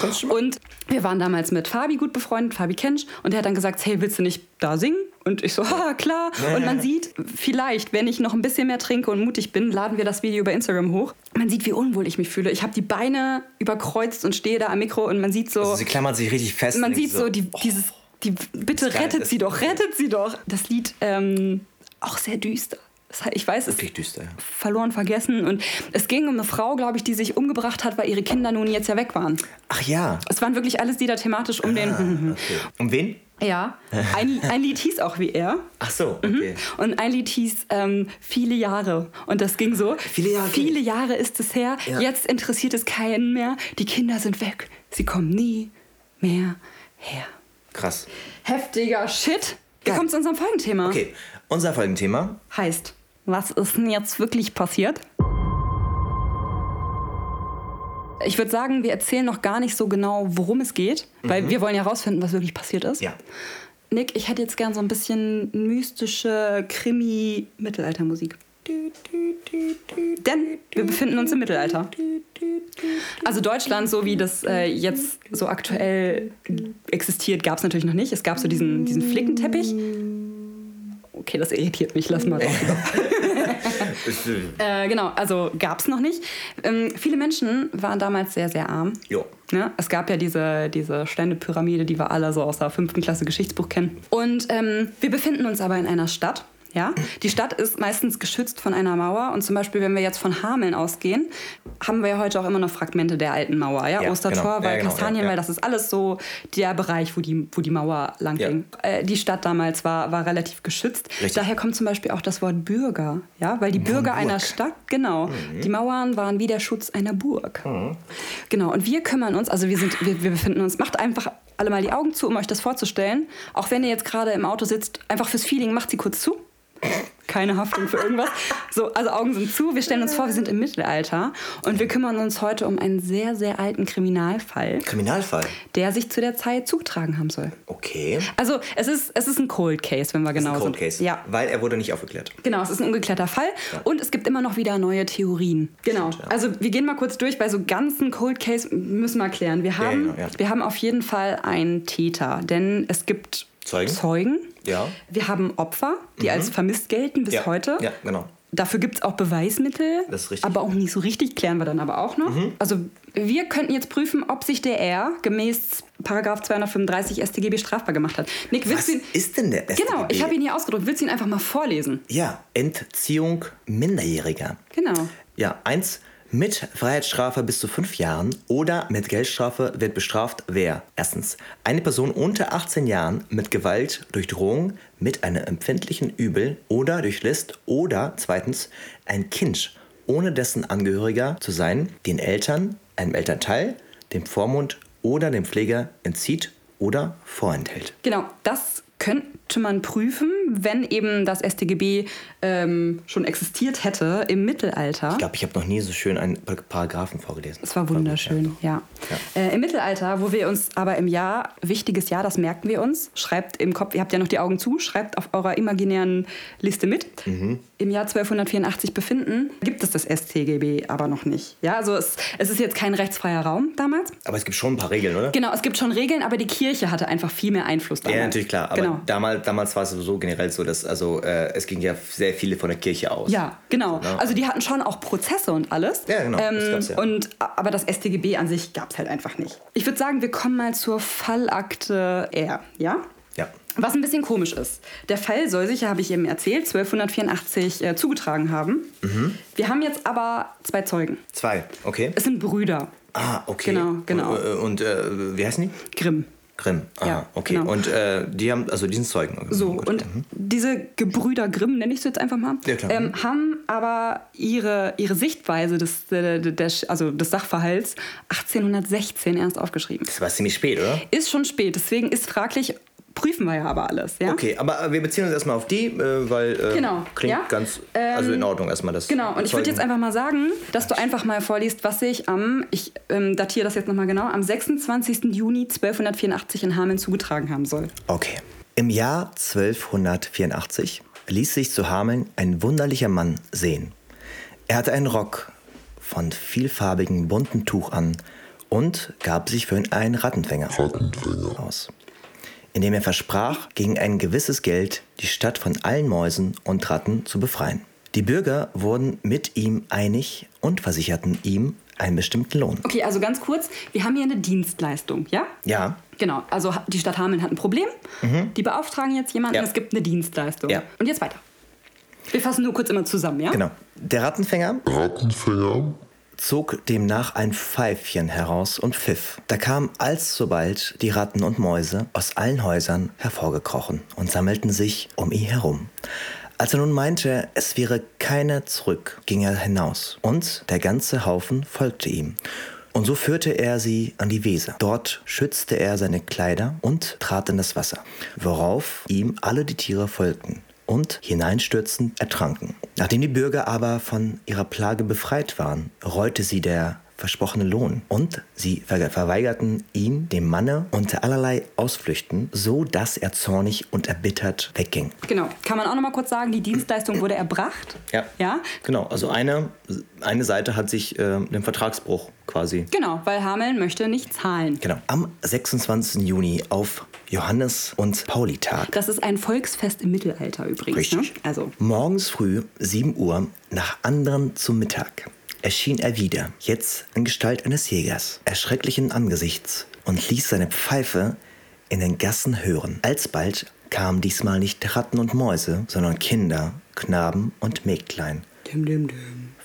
B: Kannst du
D: Und wir waren damals mit Fabi gut befreundet, Fabi Kensch, und der hat dann gesagt, hey, willst du nicht da singen? Und ich so, ah, klar. Und man sieht, vielleicht, wenn ich noch ein bisschen mehr trinke und mutig bin, laden wir das Video bei Instagram hoch. Man sieht, wie unwohl ich mich fühle. Ich habe die Beine überkreuzt und stehe da am Mikro und man sieht so,
B: Also Sie klammert sich richtig fest.
D: man
B: und denkt
D: sieht so, die, dieses, die, bitte
B: ist geil,
D: rettet
B: das-
D: sie doch, rettet sie doch. Das Lied, ähm, auch sehr düster. Das he- Ich weiß, es
B: Wirklich düster, ja.
D: verloren, vergessen. Und es ging um eine Frau, glaube ich, die sich umgebracht hat, weil ihre Kinder nun jetzt ja weg waren.
B: Ach ja. Ah,
D: Es waren wirklich alles Lieder thematisch um den.
B: Okay. Um wen?
D: (laughs) Ja. Ein, ein Lied hieß auch wie er. Hm?
B: Ach so,
D: Mhm.
B: okay.
D: Und ein Lied hieß ähm, Viele Jahre. Und das ging so.
B: Viele Jahre kenn
D: Viele Jahre ist es her.
B: Ja.
D: Jetzt interessiert es keinen mehr. Die Kinder sind weg. Sie kommen nie mehr her.
B: Krass.
D: Heftiger Shit. Wir
B: Geil.
D: kommen zu unserem Folgenthema.
B: Okay, unser Folgenthema.
D: Heißt, was ist denn jetzt wirklich passiert? Ich würde sagen, wir erzählen noch gar nicht so genau, worum es geht, weil wir wollen ja herausfinden, was wirklich passiert ist.
B: Ja.
D: Nick, ich hätte jetzt gern so ein bisschen mystische Krimi-Mittelaltermusik. Denn wir befinden uns im Mittelalter. Also Deutschland, so wie das äh, jetzt so aktuell existiert, gab es natürlich noch nicht. Es gab so diesen, diesen Flickenteppich. Okay, das irritiert mich, lass mal drauf. Äh, genau, also gab es noch nicht. Ähm, viele Menschen waren damals sehr, sehr arm.
B: Jo.
D: Ja, es gab ja diese, diese Ständepyramide, die wir alle so aus der fünften Klasse Geschichtsbuch kennen. Und ähm, wir befinden uns aber in einer Stadt. Ja? Die Stadt ist meistens geschützt von einer Mauer. Und zum Beispiel, wenn wir jetzt von Hameln ausgehen, haben wir ja heute auch immer noch Fragmente der alten Mauer. Ja?
B: Ja, genau.
D: Ostertor,
B: Ja,
D: weil
B: genau, ja,
D: Kastanienwald,
B: ja.
D: das ist alles so der Bereich, wo die, wo die Mauer lang
B: Ja.
D: ging. Äh, die Stadt damals war, war relativ geschützt.
B: Richtig.
D: Daher kommt zum Beispiel auch das Wort Bürger, ja, weil die Bürger einer Stadt, genau, die Mauern waren wie der Schutz einer Burg. Genau, und wir kümmern uns, also wir sind, wir, wir befinden uns, macht einfach alle mal die Augen zu, um euch das vorzustellen. Auch wenn ihr jetzt gerade im Auto sitzt, einfach fürs Feeling, macht sie kurz zu. Keine Haftung für irgendwas. So, also Augen sind zu. Wir stellen uns vor, wir sind im Mittelalter und wir kümmern uns heute um einen sehr, sehr alten Kriminalfall,
B: Kriminalfall.
D: der sich zu der Zeit zugetragen haben soll.
B: Okay.
D: Also es ist, es ist ein Cold Case, wenn wir genau
B: Cold
D: sind.
B: Case.
D: Ja,
B: Weil er wurde nicht aufgeklärt.
D: Genau, es ist ein ungeklärter Fall und es gibt immer noch wieder neue Theorien. Genau. Also wir gehen mal kurz durch, bei so ganzen Cold Case müssen wir klären. Wir haben,
B: genau, ja.
D: wir haben auf jeden Fall einen Täter, denn es gibt
B: Zeugen? Ja. Mhm.
D: Wir haben Opfer, die als vermisst gelten bis
B: ja.
D: heute.
B: Ja, genau.
D: Dafür gibt es auch Beweismittel,
B: Das ist richtig. Mhm.
D: aber auch nicht so richtig, klären wir dann aber auch noch. Also wir könnten jetzt prüfen, ob sich der R gemäß Paragraph 235 StGB strafbar gemacht hat. Nick, willst
B: Was
D: du ihn...
B: ist denn der StGB?
D: Genau, ich habe ihn hier ausgedruckt. Willst du ihn einfach mal vorlesen?
B: Ja, Entziehung Minderjähriger.
D: Genau.
B: Ja, eins. Mit Freiheitsstrafe bis zu fünf Jahren oder mit Geldstrafe wird bestraft, wer erstens eine Person unter 18 Jahren mit Gewalt, durch Drohung, mit einem empfindlichen Übel oder durch List oder zweitens ein Kind, ohne dessen Angehöriger zu sein, den Eltern, einem Elternteil, dem Vormund oder dem Pfleger entzieht oder vorenthält.
D: Genau, das könnte man prüfen, wenn eben das StGB ähm, schon existiert hätte im Mittelalter.
F: Ich glaube, ich habe noch nie so schön einen Par- Paragraphen vorgelesen.
D: Es war wunderschön, ja. Äh, Im Mittelalter, wo wir uns aber im Jahr, wichtiges Jahr, das merken wir uns, schreibt im Kopf, ihr habt ja noch die Augen zu, schreibt auf eurer imaginären Liste mit. Im Jahr 1284 befinden, gibt es das StGB aber noch nicht. Ja, also es, es ist jetzt kein rechtsfreier Raum damals.
F: Aber es gibt schon ein paar Regeln, oder?
D: Genau, es gibt schon Regeln, aber die Kirche hatte einfach viel mehr Einfluss damals.
F: Ja, natürlich klar. Aber
D: genau.
F: damals, damals war es sowieso generell so, dass also äh, es ging ja sehr viele von der Kirche aus.
D: Ja, genau.
F: Genau.
D: Also die hatten schon auch Prozesse und alles. Ähm,
F: Ja, genau. Das gab's ja.
D: Und, aber das StGB an sich gab es halt einfach nicht. Ich würde sagen, wir kommen mal zur Fallakte R, ja?
F: Ja.
D: Was ein bisschen komisch ist. Der Fall soll sich, ja, habe ich eben erzählt, 1284 äh, zugetragen haben.
F: Mhm.
D: Wir haben jetzt aber zwei Zeugen.
F: Zwei, okay.
D: Es sind Brüder.
F: Ah, okay.
D: Genau, genau.
F: Und, und äh, wie heißen die?
D: Grimm.
F: Grimm. Ah,
D: Ja,
F: okay.
D: genau.
F: Und äh, die haben, also diesen Zeugen.
D: So,
F: Gut. Mhm.
D: und diese Gebrüder Grimm, nenne ich es jetzt einfach mal,
F: Ja, klar.
D: ähm, haben aber ihre, ihre Sichtweise des, der, der, der, also des Sachverhalts 1816 erst aufgeschrieben.
F: Das war ziemlich spät, oder?
D: Ist schon spät, deswegen ist fraglich, prüfen wir ja aber alles. Ja?
F: Okay, aber äh, wir beziehen uns erstmal auf die, äh, weil äh,
D: Genau,
F: klingt
D: ja.
F: ganz, also in Ordnung erstmal das.
D: Genau, und ich würde jetzt
F: Zeugen-
D: einfach mal sagen, dass du einfach mal vorliest, was sich am, ich ähm, datiere das jetzt nochmal genau, am 26. Juni 1284 in Hameln zugetragen haben soll.
B: Okay. Im Jahr 1284 ließ sich zu Hameln ein wunderlicher Mann sehen. Er hatte einen Rock von vielfarbigem bunten Tuch an und gab sich für einen Rattenfänger, aus, indem er versprach, gegen ein gewisses Geld die Stadt von allen Mäusen und Ratten zu befreien. Die Bürger wurden mit ihm einig und versicherten ihm einen bestimmten Lohn.
D: Okay, also ganz kurz, wir haben hier eine Dienstleistung, ja?
B: Ja,
D: Genau, also ha- die Stadt Hameln hat ein Problem. Die beauftragen jetzt jemanden,
F: Mhm. Ja.
D: es gibt eine Dienstleistung.
F: Ja.
D: Und jetzt weiter. Wir fassen nur kurz immer zusammen, ja?
B: genau. Der Rattenfänger
E: Rattenfänger,
B: zog demnach ein Pfeifchen heraus und pfiff. Da kamen alssobald die Ratten und Mäuse aus allen Häusern hervorgekrochen und sammelten sich um ihn herum. Als er nun meinte, es wäre keiner zurück, ging er hinaus und der ganze Haufen folgte ihm. Und so führte er sie an die Weser. Dort schützte er seine Kleider und trat in das Wasser, worauf ihm alle die Tiere folgten und hineinstürzend ertranken. Nachdem die Bürger aber von ihrer Plage befreit waren, reute sie der versprochene Lohn und sie ver verweigerten ihn dem Manne unter allerlei Ausflüchten, so dass er zornig und erbittert wegging.
D: Genau. Kann man auch noch mal kurz sagen, die Dienstleistung wurde erbracht.
F: Ja.
D: Ja?
F: Genau, also eine, eine Seite hat sich äh, den Vertragsbruch quasi.
D: Genau, weil Hameln möchte nicht zahlen.
B: Genau. Am 26. Juni auf Johannes- und Paulitag
D: Das ist ein Volksfest im Mittelalter übrigens.
B: Richtig.
D: Ne? Also,
B: Morgens früh, 7 Uhr, nach anderen zum Mittag, erschien er wieder, jetzt in Gestalt eines Jägers, erschrecklichen Angesichts, und ließ seine Pfeife in den Gassen hören. Alsbald kamen diesmal nicht Ratten und Mäuse, sondern Kinder, Knaben und Mägdlein.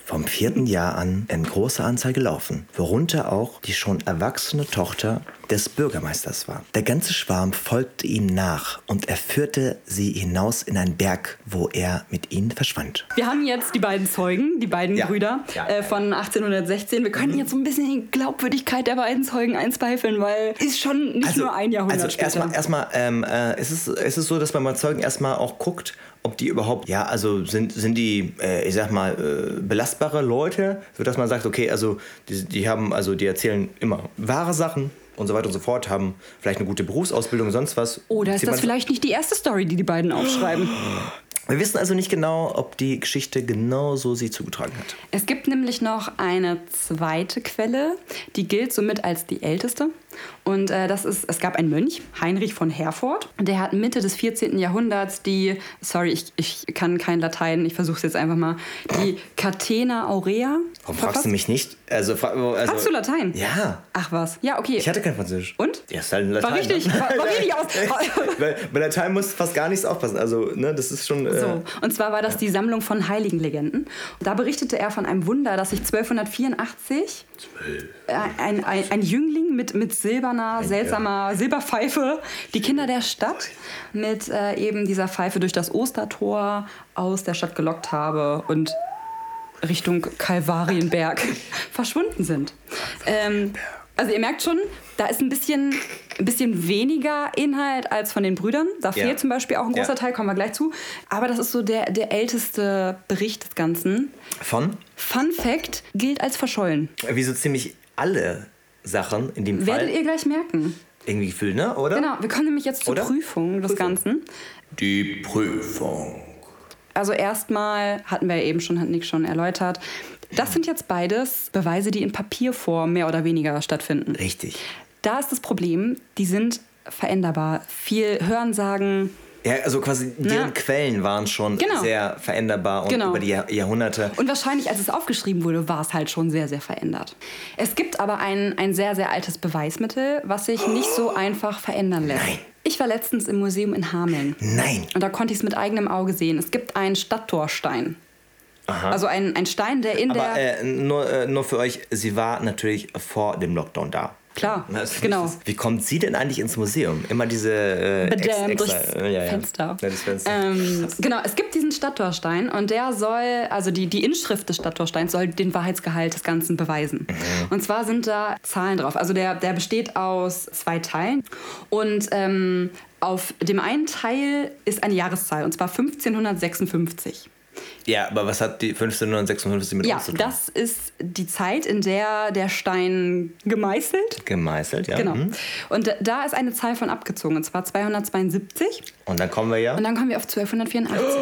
B: Vom vierten Jahr an in großer Anzahl gelaufen, worunter auch die schon erwachsene Tochter des Bürgermeisters war. Der ganze Schwarm folgte ihm nach und er führte sie hinaus in einen Berg, wo er mit ihnen verschwand.
D: wir haben jetzt die beiden Zeugen, die beiden
F: Ja.
D: Brüder
F: Ja. Mhm.
D: äh, von 1816. Wir können jetzt so ein bisschen die Glaubwürdigkeit der beiden Zeugen einzweifeln, weil ist schon nicht nur ein Jahrhundert
F: also
D: später.
F: erstmal, erstmal ähm, äh, es, ist, es ist so, dass man bei Zeugen erstmal auch guckt, ob die überhaupt, ja, also sind, sind die, äh, ich sag mal, äh, belastbare Leute, sodass man sagt, okay, also die, die haben, also die erzählen immer wahre Sachen und so weiter und so fort, haben vielleicht eine gute Berufsausbildung, sonst was.
D: Oder ist
F: Zieht
D: das
F: man-
D: vielleicht nicht die erste Story, die die beiden aufschreiben?
F: Wir wissen also nicht genau, ob die Geschichte genau so sie zugetragen hat.
D: Es gibt nämlich noch eine zweite Quelle, die gilt somit als die älteste. Und äh, das ist, es gab einen Mönch, Heinrich von Herford, der hat Mitte des 14. Jahrhunderts die, sorry, ich, ich kann kein Latein, ich versuche es jetzt einfach mal, die Catena Aurea.
F: Warum fragst du mich nicht? Also, fra- also,
D: Hast du Latein?
F: Ja.
D: Ach was, ja, okay.
F: Ich hatte kein Französisch.
D: Und?
F: Ja, ist halt ein Latein.
D: War richtig,
F: ne?
D: war, war
B: (laughs)
D: richtig aus.
F: Weil bei Latein musst du fast gar nichts aufpassen. Also, ne, das ist schon. Äh,
D: So, und zwar war das die Sammlung von Heiligenlegenden. Da berichtete er von einem Wunder, dass sich 1284 ein, ein, ein Jüngling mit, mit silberner, seltsamer Silberpfeife, die Kinder der Stadt, mit äh, eben dieser Pfeife durch das Ostertor aus der Stadt gelockt habe und
B: (laughs)
D: Richtung Kalvarienberg verschwunden sind. Ähm, Also ihr merkt schon, da ist ein bisschen, ein bisschen weniger Inhalt als von den Brüdern. Da
B: Ja.
D: fehlt zum Beispiel auch ein großer
B: Ja.
D: Teil, kommen wir gleich zu. Aber das ist so der, der älteste Bericht des Ganzen.
B: Von,
D: Fun Fact gilt als verschollen.
B: wie so ziemlich alle Sachen in dem
D: Werdet
B: Fall.
D: ihr gleich merken.
B: Irgendwie Gefühl, ne? Oder?
D: Genau, wir kommen nämlich jetzt zur
B: Oder?
D: Prüfung des
B: Prüfung.
D: Ganzen.
B: Die Prüfung.
D: Also erstmal hatten wir eben schon, hat Nick schon erläutert. Das sind jetzt beides Beweise, die in Papierform mehr oder weniger stattfinden.
B: Richtig.
D: Da ist das Problem, die sind veränderbar. Viel Hörensagen.
B: Ja, also quasi deren Quellen waren schon
D: Genau.
B: sehr veränderbar und
D: Genau.
B: über die Jahr Jahrhunderte.
D: Und wahrscheinlich, als es aufgeschrieben wurde, war es halt schon sehr, sehr verändert. Es gibt aber ein, ein sehr, sehr altes Beweismittel, was sich nicht so einfach verändern lässt.
B: Nein.
D: Ich war letztens im Museum in Hameln.
B: Nein.
D: Und da konnte ich es mit eigenem Auge sehen. Es gibt einen Stadttorstein. Also ein, ein Stein, der in
B: Aber
D: der...
B: äh, nur, äh, nur für euch, sie war natürlich vor dem Lockdown da.
D: Klar,
B: Also,
D: genau.
B: das- Wie kommt sie denn eigentlich ins Museum? Immer diese äh, Ex-
D: Bedämmt
B: extra-
D: durchs
B: äh, ja, ja.
D: Fenster.
B: Ja, das Fenster. (laughs)
D: Ähm, genau, es gibt diesen Stadttorstein und der soll, also die, die Inschrift des Stadttorsteins soll den Wahrheitsgehalt des Ganzen beweisen.
B: Mhm.
D: Und zwar sind da Zahlen drauf. Also der, der besteht aus zwei Teilen und ähm, auf dem einen Teil ist eine Jahreszahl und zwar 1556.
B: ja, aber was hat die 1556 mit
D: Ja,
B: uns zu tun?
D: das ist die Zeit, in der der Stein gemeißelt
B: Gemeißelt, ja.
D: Genau.
B: mhm.
D: Und da- da ist eine Zahl von abgezogen, und zwar 272.
B: Und dann kommen wir ja.
D: Und dann kommen wir auf
B: (gasps)
D: 1284.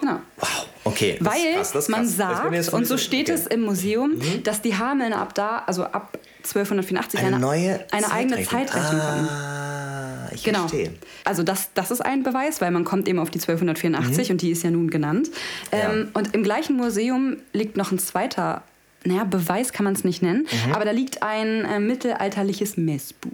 D: Genau.
B: Wow, okay. das
D: Weil
B: ist krass, das ist
D: man
B: krass. Das bin
D: sagt,
B: ich jetzt
D: und so
B: ein bisschen-
D: steht
B: okay.
D: es
B: Mhm.
D: im Museum, dass die Hameln ab da, also ab 1284,
B: Eine neue
D: eine eigene Zeitrechnung haben.
B: Ah, ich
D: Genau.
B: verstehe.
D: Also das, das ist ein Beweis, weil man kommt eben auf die 1284
B: Mhm.
D: und die ist ja nun genannt. Ähm, Und im gleichen Museum liegt noch ein zweiter, naja, Beweis kann man es nicht nennen,
B: Mhm.
D: aber da liegt ein äh, mittelalterliches Messbuch.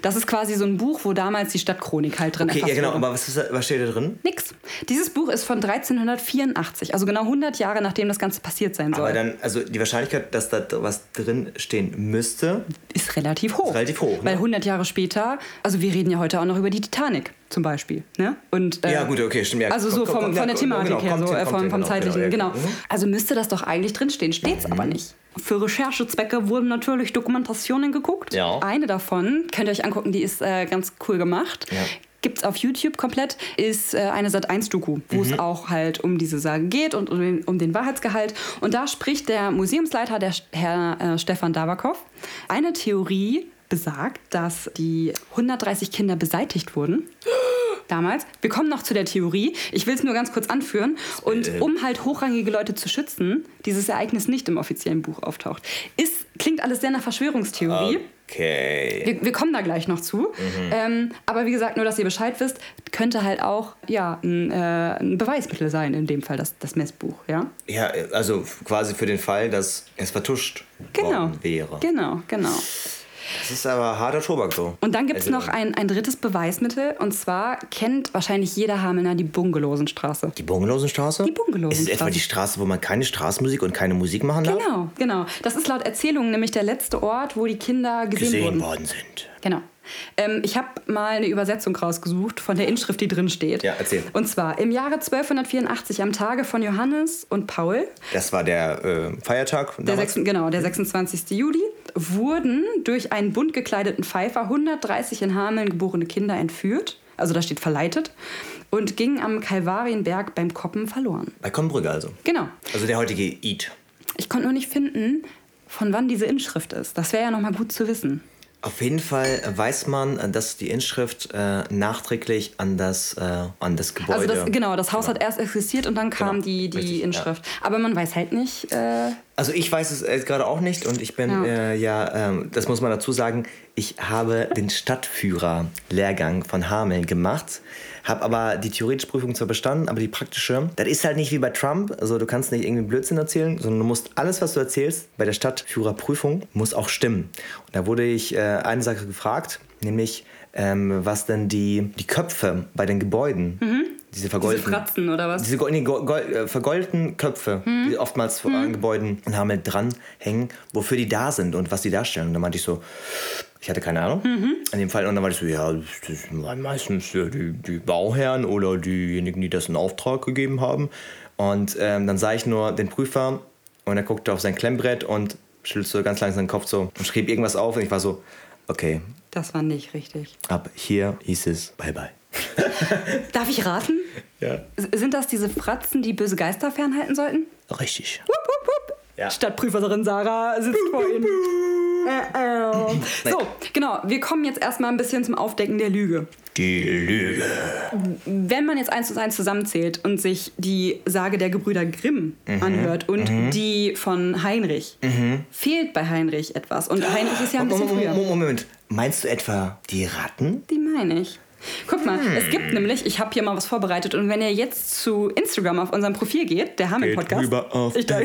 D: Das ist quasi so ein Buch, wo damals die Stadtchronik halt drin
B: Okay, ja
D: erfasst
B: genau,
D: wurde.
B: aber was, ist da, was steht da drin?
D: Nix. Dieses Buch ist von 1384, also genau 100 Jahre, nachdem das Ganze passiert sein soll.
B: Aber dann, also die Wahrscheinlichkeit, dass da was drin stehen müsste,
D: ist relativ hoch.
B: Ist relativ hoch, ne?
D: Weil 100 Jahre später, also wir reden ja heute auch noch über die Titanic zum Beispiel. Ne? Und, äh,
B: Ja, gut, okay, stimmt, ja.
D: Also so
B: Kommt-
D: vom,
B: kommt-
D: von der
B: ja,
D: Thematik
B: genau,
D: her,
B: kommt
D: so,
B: hin,
D: äh,
B: kommt
D: vom,
B: hin,
D: vom
B: genau,
D: zeitlichen,
B: genau, ja, Mhm.
D: genau.
B: genau.
D: Also müsste das doch eigentlich drinstehen, steht's aber nicht. Für Recherchezwecke wurden natürlich Dokumentationen geguckt.
B: Ja.
D: Eine davon, könnt ihr euch angucken, die ist äh, ganz cool gemacht.
B: Ja.
D: Gibt's auf YouTube komplett, ist äh, eine Sat1-Doku, wo es auch halt um diese Sage geht und um den, um den Wahrheitsgehalt. Und da spricht der Museumsleiter, der Sch- Herr äh, Stefan Dabakow, eine Theorie besagt, dass die 130 Kinder beseitigt wurden damals. Wir kommen noch zu der Theorie. Ich will es nur ganz kurz anführen. Und um halt hochrangige Leute zu schützen, dieses Ereignis nicht im offiziellen Buch auftaucht. Ist, klingt alles sehr nach Verschwörungstheorie.
B: Ah, Okay.
D: Wir, wir kommen da gleich noch zu.
B: Mhm.
D: Ähm, aber wie gesagt, nur dass ihr Bescheid wisst, könnte halt auch ja, ein, äh, ein Beweismittel sein, in dem Fall das, das Messbuch. Ja?
B: Ja, also quasi für den Fall, dass es vertuscht
D: Genau.
B: worden wäre.
D: Genau, genau.
B: Das ist aber harter Tobak so.
D: Und dann gibt es
B: Also,
D: noch ein, ein drittes Beweismittel. Und zwar kennt wahrscheinlich jeder Hamelner die Bungelosenstraße.
B: Die Bungalowsenstraße?
D: Die Bungalowsenstraße.
B: Ist es etwa die Straße, wo man keine Straßenmusik und keine Musik machen darf?
D: Genau, genau. Das ist laut Erzählungen nämlich der letzte Ort, wo die Kinder gesehen,
B: Gesehen
D: wurden.
B: worden sind.
D: Genau. Ähm, ich habe mal eine Übersetzung rausgesucht von der Inschrift, die drin steht.
B: Ja, erzähl.
D: Und zwar im Jahre 1284 am Tage von Johannes und Paul,
B: Das war der äh, Feiertag.
D: der
B: damals. Mhm.
D: sechs- genau, der 26. Juli, wurden durch einen bunt gekleideten Pfeifer 130 in Hameln geborene Kinder entführt, also da steht verleitet, und gingen am Kalvarienberg beim Koppen verloren.
B: Bei Kombrügge also.
D: Genau.
B: Also der heutige Eid.
D: Ich konnte nur nicht finden, von wann diese Inschrift ist. Das wäre ja nochmal gut zu wissen.
B: Auf jeden Fall weiß man, äh, dass die Inschrift äh, nachträglich an das, äh, an das Gebäude.
D: Also das, genau, das Haus hat erst existiert und dann kam
B: Genau,
D: die, die
B: richtig, ja.
D: Inschrift. Aber man weiß halt nicht. Äh,
B: Also ich weiß es jetzt gerade auch nicht und ich bin
D: Ja.
B: ja, äh, ja ähm, das muss man dazu sagen, ich habe den Stadtführer-Lehrgang von Hameln gemacht, habe aber die theoretische Prüfung zwar bestanden, aber die praktische, das ist halt nicht wie bei Trump, also du kannst nicht irgendwie Blödsinn erzählen, sondern du musst alles, was du erzählst bei der Stadtführerprüfung, muss auch stimmen. Und da wurde ich äh, eine Sache gefragt, nämlich ähm, was denn die, die Köpfe bei den Gebäuden, diese
D: Mhm. diese
B: vergoldeten,
D: Fratzen oder was?
B: diese go- nee, go- go- äh, vergoldeten Köpfe, die oftmals vor an Gebäuden in Hameln dranhängen, wofür die da sind und was die darstellen. Und dann meinte ich so, ich hatte keine Ahnung. In dem Fall. Und dann meinte ich so, ja, das waren meistens ja, die, die Bauherren oder diejenigen, die das in Auftrag gegeben haben. Und ähm, dann sah ich nur den Prüfer und er guckte auf sein Klemmbrett und schüttelte ganz langsam den Kopf so und schrieb irgendwas auf und ich war so, okay,
D: Das war nicht richtig.
B: ab hier hieß es bye bye. (laughs)
D: Darf ich raten?
B: Ja.
D: S- Sind das diese Fratzen, die böse Geister fernhalten sollten?
B: Richtig.
D: Wupp, wupp, wupp.
B: Ja.
D: Stadtprüferin Sarah sitzt vor Ihnen. Äh, äh. So, genau. Wir kommen jetzt erstmal ein bisschen zum Aufdecken der Lüge.
B: Die Lüge.
D: Wenn man jetzt eins und eins zusammenzählt und sich die Sage der Gebrüder Grimm
B: Mhm.
D: anhört und die von Heinrich, fehlt bei Heinrich etwas. Und Heinrich ist ja ein bisschen
B: Moment,
D: früher.
B: Moment, Moment. Meinst du etwa die Ratten?
D: Die meine ich. Guck mal,
B: Hm.
D: es gibt nämlich, ich habe hier mal was vorbereitet und wenn ihr jetzt zu Instagram auf unserem Profil geht, der Hamel Podcast, ich, da,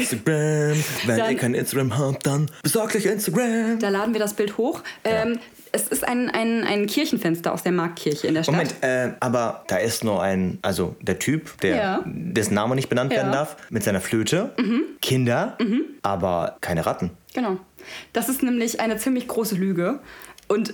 B: Wenn
D: Dann-
B: Instagram habt, dann besorgt euch Instagram.
D: da laden wir das Bild hoch. Ähm, es ist ein, ein, ein Kirchenfenster aus der Marktkirche in der Stadt.
B: Moment, äh, aber da ist nur ein, also der Typ, der,
D: Ja.
B: dessen Name nicht benannt werden
D: Ja. Mhm.
B: darf, mit seiner Flöte, Kinder, aber keine Ratten.
D: Genau. Das ist nämlich eine ziemlich große Lüge. Und äh,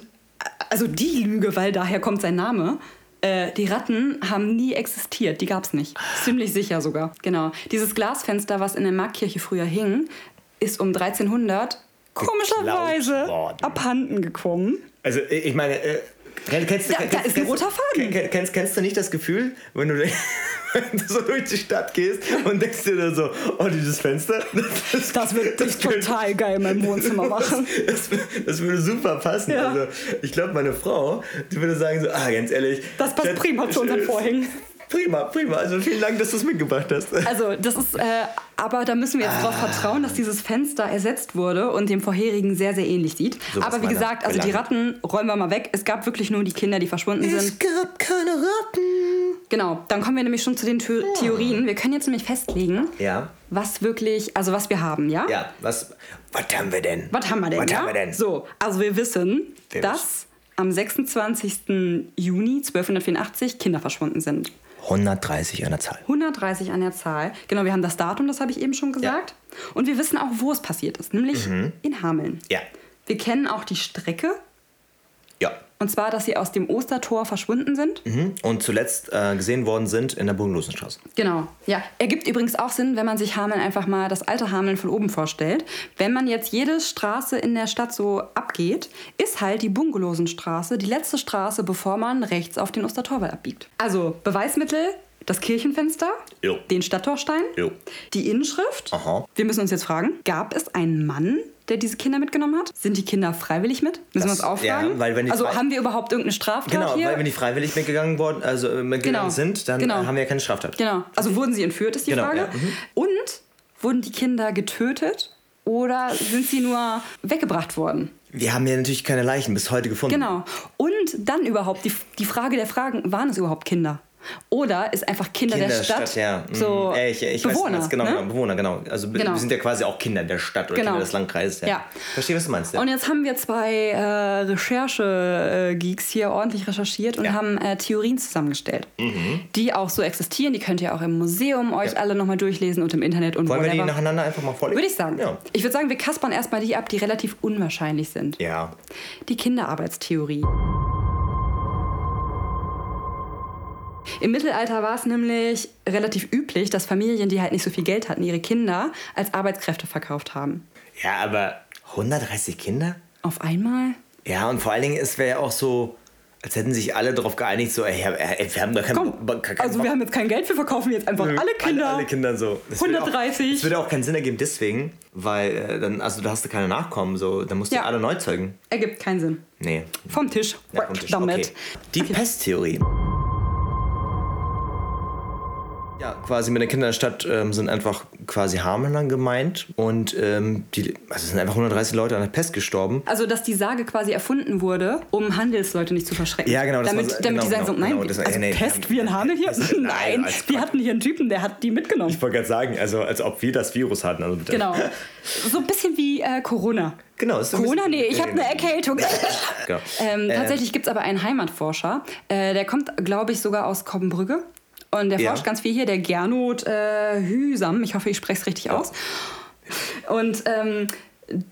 D: also die Lüge, weil daher kommt sein Name. Äh, die Ratten haben nie existiert, die gab es nicht. Ziemlich sicher sogar. Genau. Dieses Glasfenster, was in der Marktkirche früher hing, ist um 1300 komischerweise
B: Geklaut worden.
D: abhanden gekommen.
B: Also äh, ich meine, äh, kenn- kennst, du-
D: Da- da
B: kennst,
D: ist ein
B: kennst-
D: roter Faden.
B: Kennst, kennst, kennst du nicht das Gefühl, wenn du, (laughs) wenn du so durch die Stadt gehst und denkst dir dann so, oh, dieses Fenster, (laughs) das,
D: Das
B: (laughs)
D: wird dich
B: könnte-
D: total geil in meinem Wohnzimmer machen.
B: Das, das würde super passen.
D: Ja.
B: Also, ich glaube, meine Frau, die würde sagen so, ah, ganz ehrlich.
D: Das passt
B: Chat-
D: prima zu unseren Vorhängen.
B: Prima, prima. Also vielen Dank, dass du es mitgebracht hast.
D: Also, das ist, äh, aber da müssen wir jetzt drauf
B: Ah.
D: vertrauen, dass dieses Fenster ersetzt wurde und dem vorherigen sehr, sehr ähnlich sieht.
B: Sowas
D: aber wie
B: meiner
D: gesagt, also die
B: Belange.
D: Ratten räumen wir mal weg. Es gab wirklich nur die Kinder, die verschwunden sind.
B: gab keine Ratten.
D: Genau, dann kommen wir nämlich schon zu den Thö- Theorien. Wir können jetzt nämlich festlegen,
B: Ja.
D: was wirklich, also was wir haben, ja?
B: Ja, was, was haben wir denn?
D: Was haben wir denn?
B: Was
D: ja?
B: haben wir denn?
D: So, also wir wissen,
B: Wir
D: dass am 26. Juni 1284 Kinder verschwunden sind.
B: 130 an der Zahl.
D: 130 an der Zahl. Genau, wir haben das Datum, das habe ich eben schon gesagt. Und wir wissen auch, wo es passiert ist, nämlich in Hameln.
B: Ja.
D: Wir kennen auch die Strecke,
B: Ja.
D: und zwar, dass sie aus dem Ostertor verschwunden sind.
B: Mhm. Und zuletzt äh, gesehen worden sind in der Bogenlosenstraße.
D: Genau, ja. Ergibt übrigens auch Sinn, wenn man sich Hameln einfach mal das alte Hameln von oben vorstellt. Wenn man jetzt jede Straße in der Stadt so abgeht, ist halt die Bungalosenstraße die letzte Straße, bevor man rechts auf den Ostertorwall abbiegt. Also Beweismittel, das Kirchenfenster,
B: Jo.
D: den Stadttorstein,
B: Jo.
D: die Inschrift.
B: Aha.
D: Wir müssen uns jetzt fragen, gab es einen Mann, der diese Kinder mitgenommen hat? Sind die Kinder freiwillig mit? Müssen
B: Das-
D: wir uns auch fragen?
B: ja, weil wenn die
D: also
B: frei-
D: haben wir überhaupt irgendeine Straftat
B: Genau,
D: hier?
B: weil wenn die freiwillig mitgegangen worden, also äh, mitgegangen
D: Genau.
B: sind, dann
D: Genau.
B: äh, haben wir ja keine Straftat.
D: Genau. Also wurden sie entführt, ist die
B: Genau,
D: Frage.
B: ja. Mhm.
D: Und wurden die Kinder getötet oder sind sie nur weggebracht worden?
B: Wir haben ja natürlich keine Leichen bis heute gefunden.
D: Genau. Und dann überhaupt die, die Frage der Fragen, waren es überhaupt Kinder? Oder ist einfach Kinder,
B: Kinder
D: der Stadt,
B: ja. Mhm.
D: so
B: Ja, ich, ich
D: Bewohner?
B: weiß was, genau,
D: ne?
B: genau, Bewohner, genau. Also
D: Genau.
B: wir sind ja quasi auch Kinder der Stadt oder
D: Genau.
B: Kinder des Landkreises. Ja.
D: Ja.
B: Verstehe, was du meinst. Ja.
D: Und jetzt haben wir zwei äh, Recherche-Geeks hier ordentlich recherchiert und
B: Ja. Mhm.
D: haben äh, Theorien zusammengestellt, die auch so existieren. Die könnt ihr auch im Museum euch alle nochmal durchlesen und im Internet und
B: Wollen wir
D: whatever.
B: die nacheinander einfach mal vorlesen?
D: Würde ich sagen.
B: Ja.
D: Ich würde sagen, wir kaspern erstmal die ab, die relativ unwahrscheinlich sind.
B: Ja.
D: Die Kinderarbeitstheorie. Im Mittelalter war es nämlich relativ üblich, dass Familien, die halt nicht so viel Geld hatten, ihre Kinder als Arbeitskräfte verkauft haben.
B: Ja, aber 130 Kinder?
D: Auf einmal?
B: Ja, und vor allen Dingen, es wäre ja auch so, als hätten sich alle darauf geeinigt, so, ey, ey, wir haben doch keinen
D: Komm,
B: Bock- keinen
D: also
B: Bock.
D: wir haben jetzt kein Geld, wir verkaufen jetzt einfach
B: Nö,
D: alle Kinder.
B: Alle, alle Kinder so. Das würde auch-
D: 130.
B: Das würde auch keinen Sinn ergeben deswegen, weil äh, dann, also da hast du keine Nachkommen, so, dann musst du
D: Ja.
B: alle neu zeugen.
D: Ergibt keinen Sinn.
B: Nee.
D: Vom Tisch.
B: Ja,
D: Weg
B: vom Tisch.
D: Damit.
B: Okay. Die Pesttheorie. Ja, quasi mit den Kindern der Stadt ähm, sind einfach quasi Hamelner gemeint und ähm, die, also es sind einfach 130 Leute an der Pest gestorben.
D: Also, dass die Sage quasi erfunden wurde, um Handelsleute nicht zu verschrecken.
B: Ja, genau, das
D: Damit,
B: war so-
D: damit
B: genau,
D: die sagen,
B: genau,
D: so, nein,
B: genau, das war-
D: also
B: nee,
D: Pest
B: nee,
D: wie in Hamel hier? (laughs)
B: das- nein,
D: nein,
B: als
D: wir
B: Quatsch.
D: hatten hier einen Typen, der hat die mitgenommen.
B: wollte gerade sagen, also als ob wir das Virus hatten. Also mit der-
D: Genau. So ein bisschen wie äh, Corona.
B: Genau, ist so ein
D: Corona?
B: bisschen-
D: Nee, ich habe eine Erkältung.
B: (laughs) Genau.
D: ähm, tatsächlich gibt es aber einen Heimatforscher, äh, der kommt, glaube ich, sogar aus Koppenbrügge. Und der
B: Ja.
D: forscht ganz viel hier, der Gernot äh, Hüsam. Ich hoffe, ich spreche es richtig aus. Und ähm,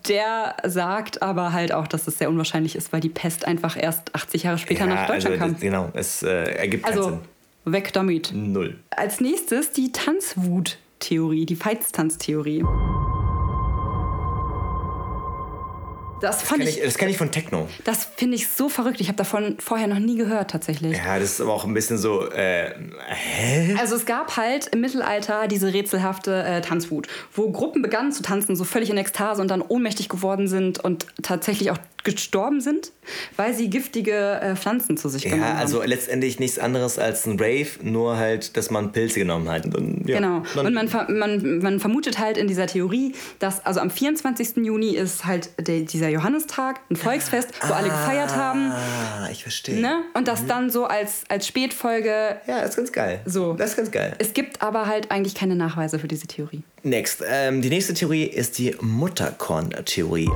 D: der sagt aber halt auch, dass es sehr unwahrscheinlich ist, weil die Pest einfach erst 80 Jahre später nach
B: also,
D: Deutschland
B: das- Mhm. Genau, es äh, ergibt
D: kam. Also,
B: keinen
D: weg damit.
B: Sinn. Null.
D: Als nächstes die Tanzwut-Theorie, die Feiztanztheorie. Das fand
B: Kenn
D: ich,
B: ich, das kenne ich von Techno.
D: das finde ich so verrückt. Ich habe davon vorher noch nie gehört tatsächlich.
B: Ja, das ist aber auch ein bisschen so, äh, hä?
D: Also es gab halt im Mittelalter diese rätselhafte äh, Tanzwut, wo Gruppen begannen zu tanzen, so völlig in Ekstase und dann ohnmächtig geworden sind und tatsächlich auch gestorben sind, weil sie giftige äh, Pflanzen zu sich genommen
B: Ja,
D: haben.
B: also letztendlich nichts anderes als ein Rave, nur halt, dass man Pilze genommen hat. Und, dann, ja,
D: Genau.
B: Dann,
D: Und man, ver- man, man vermutet halt in dieser Theorie, dass also am 24. Juni ist halt der, dieser Johannistag, ein Volksfest, wo alle gefeiert haben.
B: Ah, ich verstehe.
D: Ne? Und
B: Mhm.
D: das dann so als, als Spätfolge.
B: Ja, ist ganz geil.
D: So.
B: Das ist ganz geil.
D: Es gibt aber halt eigentlich keine Nachweise für diese Theorie.
B: Next. Ähm, die nächste Theorie ist die Mutterkorn-Theorie.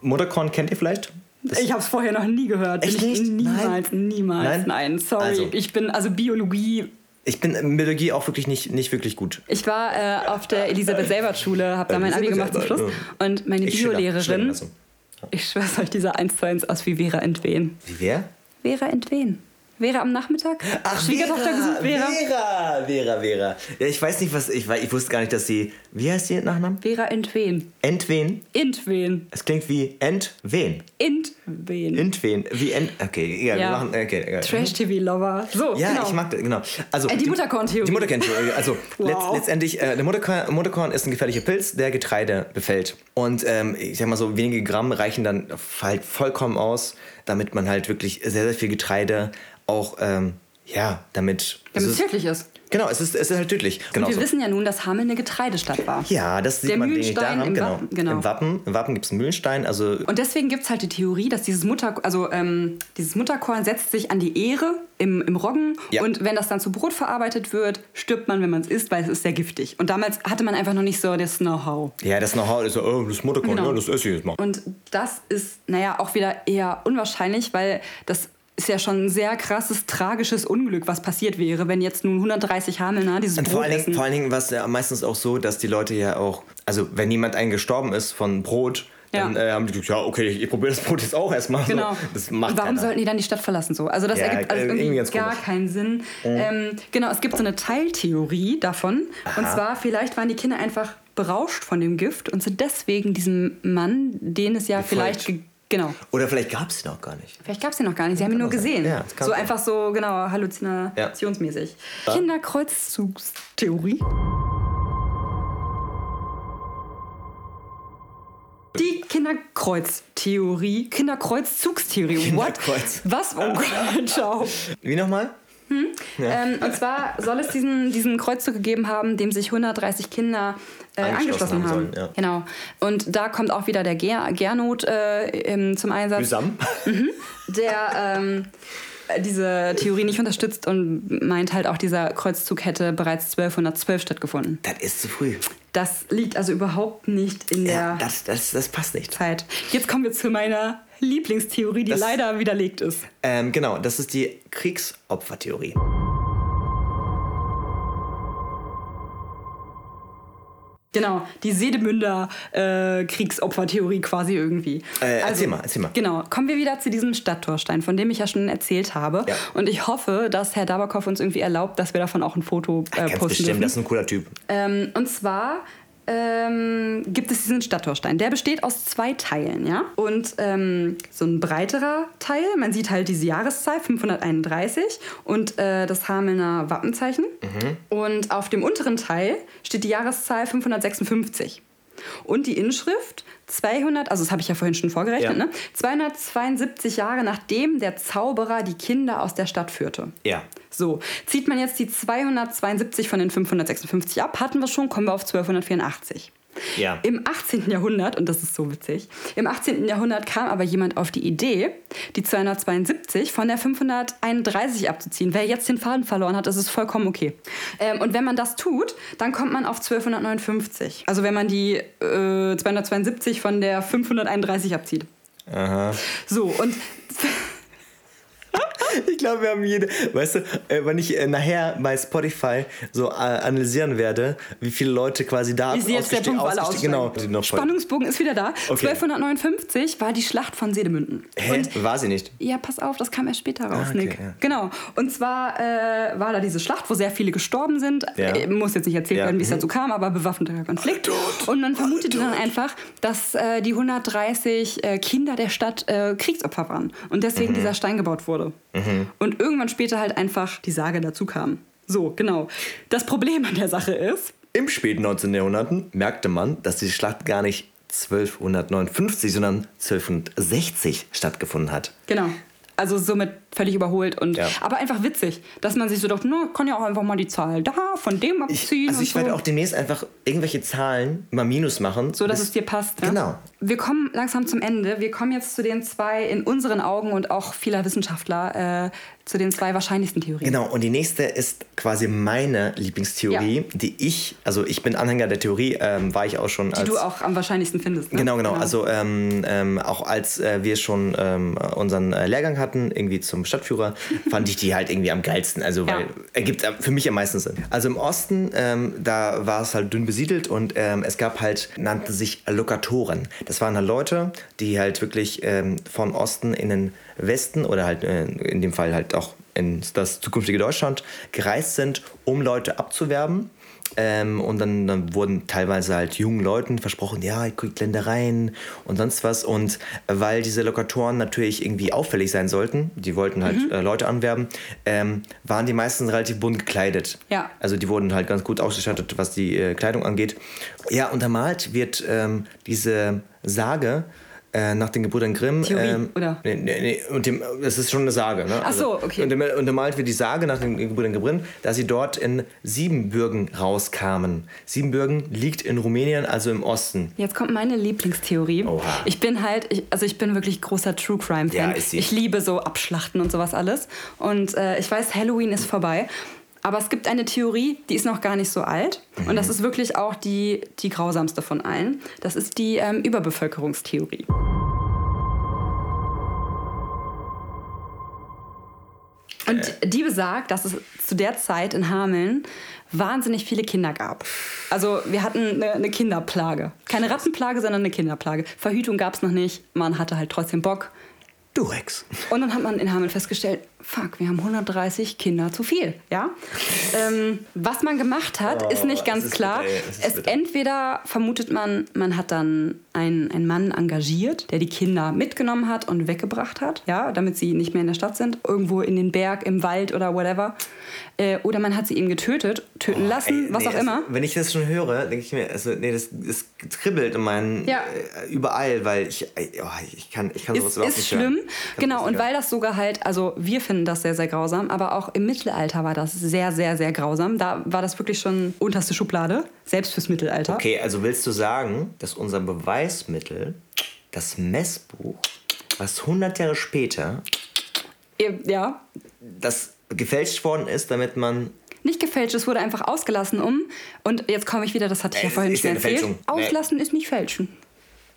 B: Mutterkorn kennt ihr vielleicht? Das
D: ich habe es vorher noch nie gehört.
B: Echt
D: Bin ich
B: nicht?
D: Niemals,
B: Nein?
D: niemals.
B: Nein?
D: Nein, sorry.
B: Also.
D: Ich bin, also Biologie.
B: Ich bin in Biologie auch wirklich nicht, nicht wirklich gut. Äh,
D: Ich war äh, auf der Elisabeth-Selbert-Schule, habe da mein Abi gemacht zum Schluss. Und meine
B: Ich schilder, schilder,
D: Biolehrerin,
B: also.
D: ich schwör's euch, dieser 1 zu 1 aus wie Vera entwehen.
B: Wie wer?
D: Vera entwehen. Vera am Nachmittag? Schwiegertochter gesucht, Vera.
B: Vera, Vera, Vera. Ja, ich weiß nicht, was ich weiß. Ich wusste gar nicht, dass sie. Wie heißt sie Nachnamen?
D: Vera entwen.
B: Entwen.
D: Intwen.
B: Es klingt wie Entwen.
D: Intwen.
B: Entwen. Wie Ent. Okay, egal. Wir machen. Okay, egal.
D: Trash-TV-Lover. So,
B: Ja,
D: genau.
B: ich mag das, genau. Also,
D: Äh, die Mutterkorn-Theorie.
B: Die Mutterkorn-Theorie. Also
D: (laughs)
B: letzt,
D: Wow.
B: letztendlich, äh, der Mutterkorn, Mutterkorn ist ein gefährlicher Pilz, der Getreide befällt. Und ähm, ich sag mal so, wenige Gramm reichen dann halt vollkommen aus, damit man halt wirklich sehr, sehr viel Getreide auch, ähm, ja, damit...
D: Damit
B: es
D: es tödlich ist.
B: Genau, es ist, es ist halt tödlich. Genau
D: Wir
B: so.
D: wissen ja nun, dass Hameln eine Getreidestadt war.
B: Ja, das sieht
D: Der
B: man wenig
D: Mühlenstein
B: daran.
D: im
B: genau.
D: Wappen, genau.
B: Im Wappen, im Wappen gibt es einen Mühlenstein, also
D: Und deswegen gibt es halt die Theorie, dass dieses, Mutter, also, ähm, dieses Mutterkorn setzt sich an die Ehre im, im Roggen.
B: Ja.
D: Und wenn das dann zu Brot verarbeitet wird, stirbt man, wenn man es isst, weil es ist sehr giftig. Und damals hatte man einfach noch nicht so das Know-how.
B: ja, das Know-how ist so, oh, das Mutterkorn,
D: Genau.
B: ja, das esse ich jetzt mal.
D: Und das ist, naja, auch wieder eher unwahrscheinlich, weil das ist ja schon ein sehr krasses, tragisches Unglück, was passiert wäre, wenn jetzt nun 130 Hamelner dieses
B: Und
D: Brot
B: vor allen, Dingen,
D: essen.
B: vor allen Dingen war es ja meistens auch so, dass die Leute ja auch, also wenn jemand einen gestorben ist von Brot, dann
D: Ja.
B: äh, haben die gesagt, ja, okay, ich, ich probiere das Brot jetzt auch erstmal.
D: Genau.
B: So, Also, das macht
D: Und warum
B: keiner.
D: sollten die dann die Stadt verlassen? So? Also das
B: Ja,
D: ergibt alles
B: äh,
D: irgendwie,
B: irgendwie ganz
D: gar
B: komisch.
D: keinen Sinn. Ähm, genau, es gibt so eine Teiltheorie davon. Und zwar, vielleicht waren die Kinder einfach berauscht von dem Gift und sind deswegen diesem Mann, den es ja vielleicht... ge- Genau.
B: Oder vielleicht gab es ihn auch gar nicht.
D: Vielleicht gab es ihn noch gar nicht. Sie haben ihn nur
B: auch sein.
D: gesehen.
B: Ja, das kann
D: so
B: sein.
D: einfach so, genau, halluzinationsmäßig.
B: Ja.
D: Kinderkreuzzugstheorie. Die Kinderkreuztheorie. Kinderkreuzzugstheorie. What?
B: Kinderkreuz.
D: Was?
B: (laughs)
D: Oh Gott, ciao.
B: Wie nochmal?
D: Ähm, und zwar soll es diesen, diesen Kreuzzug gegeben haben, dem sich 130 Kinder äh,
B: Angeschlossen
D: angeschlossen,
B: haben
D: haben.
B: sollen, ja.
D: Genau. Und da kommt auch wieder der Ger Gernot äh, ähm, zum Einsatz
B: Zusammen?
D: der ähm, diese Theorie nicht unterstützt und meint halt auch, dieser Kreuzzug hätte bereits 1212 stattgefunden.
B: (laughs) Das ist zu früh.
D: Das liegt also überhaupt nicht in der
B: Ja. Das, das, das passt nicht.
D: Zeit. Jetzt kommen wir zu meiner Lieblingstheorie, die
B: Das-
D: leider widerlegt ist.
B: Ähm, genau, das ist die Kriegsopfertheorie.
D: Äh, Genau, die Sedemünder äh, Kriegsopfertheorie quasi irgendwie.
B: Äh, erzähl mal, erzähl mal.
D: Genau, kommen wir wieder zu diesem Stadttorstein, von dem ich ja schon erzählt habe.
B: Ja.
D: Und ich hoffe, dass Herr Dabakow uns irgendwie erlaubt, dass wir davon auch ein Foto äh,
B: Ganz
D: posten dürfen.
B: bestimmt, das ist ein cooler Typ.
D: Ähm, und zwar ähm, gibt es diesen Stadttorstein. Der besteht aus zwei Teilen, ja. Und ähm, so ein breiterer Teil, man sieht halt diese Jahreszahl 531 und äh, das Hamelner Wappenzeichen. Und auf dem unteren Teil steht die Jahreszahl 556. Und die Inschrift 200, also das habe ich ja vorhin schon vorgerechnet,
B: Ja.
D: ne? 272 Jahre nachdem der Zauberer die Kinder aus der Stadt führte.
B: Ja.
D: So, zieht man jetzt die 272 von den 556 ab, hatten wir schon, kommen wir auf 1284.
B: Ja.
D: Im 18. Jahrhundert, und das ist so witzig, im 18. Jahrhundert kam aber jemand auf die Idee, die 272 von der 531 abzuziehen. Wer jetzt den Faden verloren hat, das ist vollkommen okay. Ähm, und wenn man das tut, dann kommt man auf 1259. Also wenn man die äh, 272 von der 531 abzieht.
B: Aha.
D: So, und
B: (laughs) Ich glaube, wir haben jede. Weißt du, äh, wenn ich äh, nachher bei Spotify so äh, analysieren werde, wie viele Leute quasi da
D: Wie sie jetzt der
B: ausgestiegen-
D: Punkt, wo alle
B: ausgestiegen- Genau, die noch voll-
D: Spannungsbogen ist wieder da. 1259 war die Schlacht von Sedemünden.
B: Hä? War sie nicht?
D: Ja, pass auf, das kam erst später raus,
B: Ah, okay,
D: Nick.
B: ja.
D: Genau. Und zwar äh, war da diese Schlacht, wo sehr viele gestorben sind.
B: Ja.
D: Äh, muss jetzt nicht erzählt
B: Ja,
D: werden, wie es
B: mhm.
D: dazu kam, aber bewaffneter Konflikt.
B: Alle tot,
D: Und man vermutete dann einfach, dass äh, die 130 äh, Kinder der Stadt äh, Kriegsopfer waren. Und
B: Mhm.
D: deswegen dieser Stein gebaut wurde. Und irgendwann später halt einfach die Sage dazu kam. So, genau. Das Problem an der Sache ist,
B: Im späten 19. Jahrhundert merkte man, dass die Schlacht gar nicht 1259, sondern 1260 stattgefunden hat.
D: Genau. Also somit völlig überholt und
B: Ja.
D: aber einfach witzig, dass man sich so dachte, na, kann ja auch einfach mal die Zahl da von dem
B: Ich,
D: abziehen
B: also
D: und
B: ich
D: so.
B: werde auch demnächst einfach irgendwelche Zahlen mal Minus machen.
D: so, dass
B: bis-
D: es dir passt. Ne?
B: Genau.
D: Wir kommen langsam zum Ende. Wir kommen jetzt zu den zwei in unseren Augen und auch vieler Wissenschaftler äh, zu den zwei wahrscheinlichsten Theorien.
B: Genau, und die nächste ist quasi meine Lieblingstheorie,
D: Ja.
B: die ich, also ich bin Anhänger der Theorie, ähm, war ich auch schon
D: Die
B: als.
D: du auch am wahrscheinlichsten findest. Ne?
B: Genau, genau. Also ähm, ähm, auch als äh, wir schon ähm, unseren äh, Lehrgang hatten, irgendwie zum Stadtführer, fand ich die halt irgendwie am geilsten. Also weil
D: Ja.
B: ergibt äh, für mich am meisten Sinn. Also im Osten, ähm, da war es halt dünn besiedelt und ähm, es gab halt, nannte sich Lokatoren. Das waren halt Leute, die halt wirklich ähm, von Osten in den Westen oder halt äh, in dem Fall halt auch in das zukünftige Deutschland gereist sind, um Leute abzuwerben. Ähm, und dann, dann wurden teilweise halt jungen Leuten versprochen, ja, ihr kriegt Ländereien und sonst was. Und weil diese Lokatoren natürlich irgendwie auffällig sein sollten, die wollten halt
D: Mhm.
B: äh, Leute anwerben, ähm, waren die meistens relativ bunt gekleidet.
D: Ja.
B: Also die wurden halt ganz gut ausgestattet, was die äh, Kleidung angeht. Ja, untermalt wird ähm, diese Sage äh, nach den Gebrüdern Grimm.
D: Theorie,
B: ähm,
D: oder?
B: Nee, nee, nee, und dem, das ist schon eine Sage. Ne?
D: so, okay.
B: Und dem, untermalt wird die Sage nach den Gebrüdern Grimm, dass sie dort in Siebenbürgen rauskamen. Siebenbürgen liegt in Rumänien, also im Osten.
D: Jetzt kommt meine Lieblingstheorie.
B: Oha.
D: Ich bin halt, ich, also ich bin wirklich großer True Crime Fan.
B: Ja, ist sie.
D: Ich liebe so Abschlachten und sowas alles. Und äh, ich weiß, Halloween ist vorbei. Aber es gibt eine Theorie, die ist noch gar nicht so alt. Und
B: Mhm.
D: das ist wirklich auch die, die grausamste von allen. Das ist die ähm, Überbevölkerungstheorie. Und
B: Äh.
D: die besagt, dass es zu der Zeit in Hameln wahnsinnig viele Kinder gab. Also wir hatten eine, eine Kinderplage. Keine Rattenplage, sondern eine Kinderplage. Verhütung gab es noch nicht. Man hatte halt trotzdem Bock.
B: Du Rex.
D: Und dann hat man in Hameln festgestellt, fuck, wir haben 130 Kinder zu viel. Ja? ähm, was man gemacht hat, ist nicht
B: Oh, es
D: ganz
B: ist
D: klar.
B: bitter, ey, es ist
D: es
B: bitter.
D: entweder vermutet man, man hat dann einen, einen Mann engagiert, der die Kinder mitgenommen hat und weggebracht hat, ja, damit sie nicht mehr in der Stadt sind, irgendwo in den Berg, im Wald oder whatever. Äh, oder man hat sie eben getötet, töten lassen, was
B: nee,
D: auch
B: also,
D: immer.
B: Wenn ich das schon höre, denke ich mir, also, nee, das, das kribbelt in meinen
D: Ja.
B: äh, überall, weil ich, äh, oh, ich kann, ich kann sowas
D: ist,
B: überhaupt
D: ist
B: nicht
D: schlimm.
B: hören. Ich kann
D: Genau,
B: sowas
D: und
B: nicht hören.
D: weil das sogar halt, also wir finden das sehr, sehr grausam, aber auch im Mittelalter war das sehr, sehr, sehr grausam. Da war das wirklich schon unterste Schublade, selbst fürs Mittelalter.
B: Okay, also willst du sagen, dass unser Beweismittel, das Messbuch, was 100 Jahre später,
D: Ihr- Ja,
B: das gefälscht worden ist, damit man
D: nicht gefälscht, es wurde einfach ausgelassen um. Und jetzt komme ich wieder, das hatte ich
B: Nee,
D: ja vorhin
B: Äh, ist
D: schon
B: ja eine
D: erzählt.
B: Fälschung. Nee.
D: Auslassen ist nicht fälschen.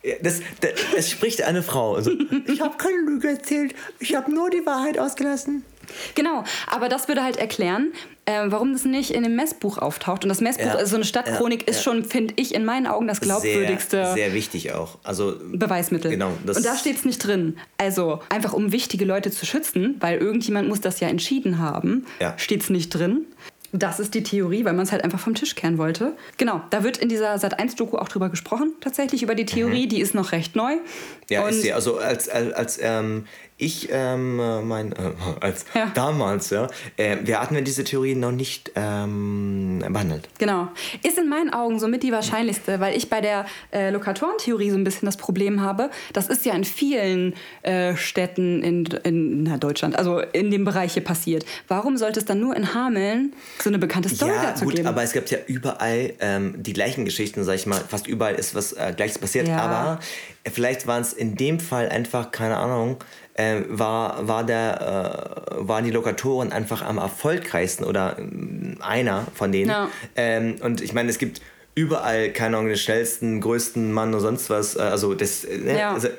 B: Ja, Das, das, es spricht eine Frau. Also, ich habe keine Lüge erzählt. Ich habe nur die Wahrheit ausgelassen.
D: Genau, aber das würde halt erklären, äh, warum das nicht in dem Messbuch auftaucht. Und das Messbuch,
B: Ja,
D: also so eine Stadtchronik,
B: ja,
D: ist
B: ja.
D: schon, finde ich, in meinen Augen das glaubwürdigste.
B: Sehr, sehr wichtig auch. Also,
D: Beweismittel.
B: Genau. das-
D: und da steht es nicht drin. Also einfach um wichtige Leute zu schützen, weil irgendjemand muss das ja entschieden haben,
B: Ja.
D: steht es nicht drin. Das ist die Theorie, weil man es halt einfach vom Tisch kehren wollte. Genau, da wird in dieser Sat1-Doku auch drüber gesprochen, tatsächlich über die Theorie, die ist noch recht neu.
B: Mhm. Ja,
D: und
B: ist sie. Also als, als, als ähm, ich ähm, äh, mein äh, als
D: Ja.
B: damals, ja, äh, wir hatten wir diese Theorie noch nicht ähm, behandelt.
D: Genau. Ist in meinen Augen somit die wahrscheinlichste, weil ich bei der äh, Lokatorentheorie so ein bisschen das Problem habe. Das ist ja in vielen äh, Städten in, in na, Deutschland, also in dem Bereich hier passiert. Warum sollte es dann nur in Hameln so eine bekannte Story
B: ja,
D: dazu
B: gut,
D: geben?
B: aber es gibt ja überall ähm, die gleichen Geschichten, sag ich mal. Fast überall ist was äh, Gleiches passiert.
D: Ja.
B: Aber äh, vielleicht waren es in dem Fall einfach, keine Ahnung, ähm, war, war der, äh, waren die Lokatoren einfach am erfolgreichsten oder ähm, mm, einer von denen.
D: Ja.
B: Ähm, und ich meine, es gibt überall, keine Ahnung, den schnellsten, größten Mann oder sonst was. äh, Also das, äh, ne,
D: Ja.
B: also, äh,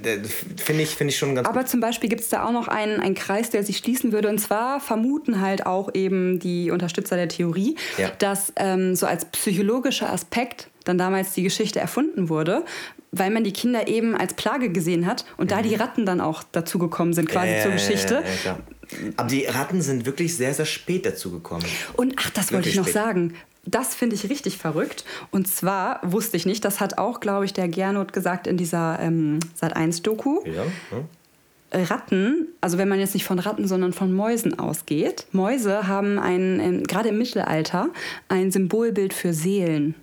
B: da finde ich, finde ich schon ganz
D: Aber zum Beispiel gibt es da auch noch einen, einen Kreis, der sich schließen würde. Und zwar vermuten halt auch eben die Unterstützer der Theorie,
B: Ja.
D: dass ähm, so als psychologischer Aspekt dann damals die Geschichte erfunden wurde, weil man die Kinder eben als Plage gesehen hat und da die Ratten dann auch dazugekommen sind quasi
B: Mhm. Ja,
D: zur
B: ja, ja,
D: Geschichte.
B: Ja, ja, klar. Aber die Ratten sind wirklich sehr, sehr spät dazu gekommen.
D: Und ach, das wollte
B: Wirklich
D: ich noch
B: spät.
D: sagen. Das finde ich richtig verrückt. Und zwar wusste ich nicht, das hat auch, glaube ich, der Gernot gesagt in dieser ähm, Sat1-Doku.
B: Ja, ja.
D: Ratten, also wenn man jetzt nicht von Ratten, sondern von Mäusen ausgeht, Mäuse haben ein, ähm, gerade im Mittelalter, ein Symbolbild für Seelen.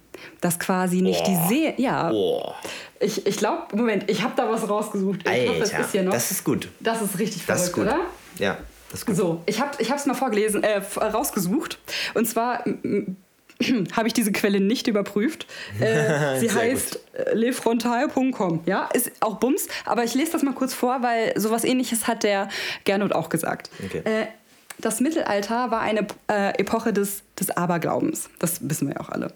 D: Das quasi nicht die Seelen. Ja.
B: Boah.
D: Ich, ich glaube, Moment, ich habe da was rausgesucht. Ich hoffe, es
B: Alter,
D: ist hier noch.
B: das ist gut.
D: Das ist richtig
B: Das
D: verrückt,
B: ist gut.
D: oder?
B: Ja, das ist gut.
D: So, ich habe es ich hab's mal vorgelesen, äh, f- rausgesucht. Und zwar m- m- (clears throat) habe ich diese Quelle nicht überprüft.
B: (laughs)
D: Äh, sie
B: Sehr
D: heißt äh, lefrontal.com. Ja, ist auch Bums, aber ich lese das mal kurz vor, weil sowas ähnliches hat der Gernot auch gesagt.
B: Okay.
D: Äh, das Mittelalter war eine äh, Epoche des, des Aberglaubens. Das wissen wir ja auch alle.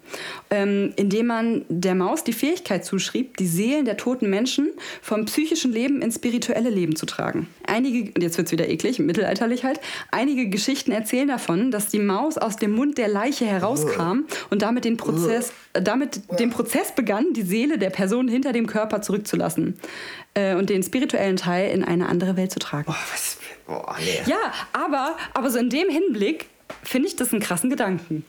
D: Ähm, indem man der Maus die Fähigkeit zuschrieb, die Seelen der toten Menschen vom psychischen Leben ins spirituelle Leben zu tragen. Einige, und jetzt wird es wieder eklig, mittelalterlich halt, einige Geschichten erzählen davon, dass die Maus aus dem Mund der Leiche herauskam und damit den Prozess, äh, damit den Prozess begann, die Seele der Person hinter dem Körper zurückzulassen äh, und den spirituellen Teil in eine andere Welt zu tragen.
B: Was? Boah, nee. Ja,
D: Ja, aber, aber so in dem Hinblick finde ich das einen krassen Gedanken.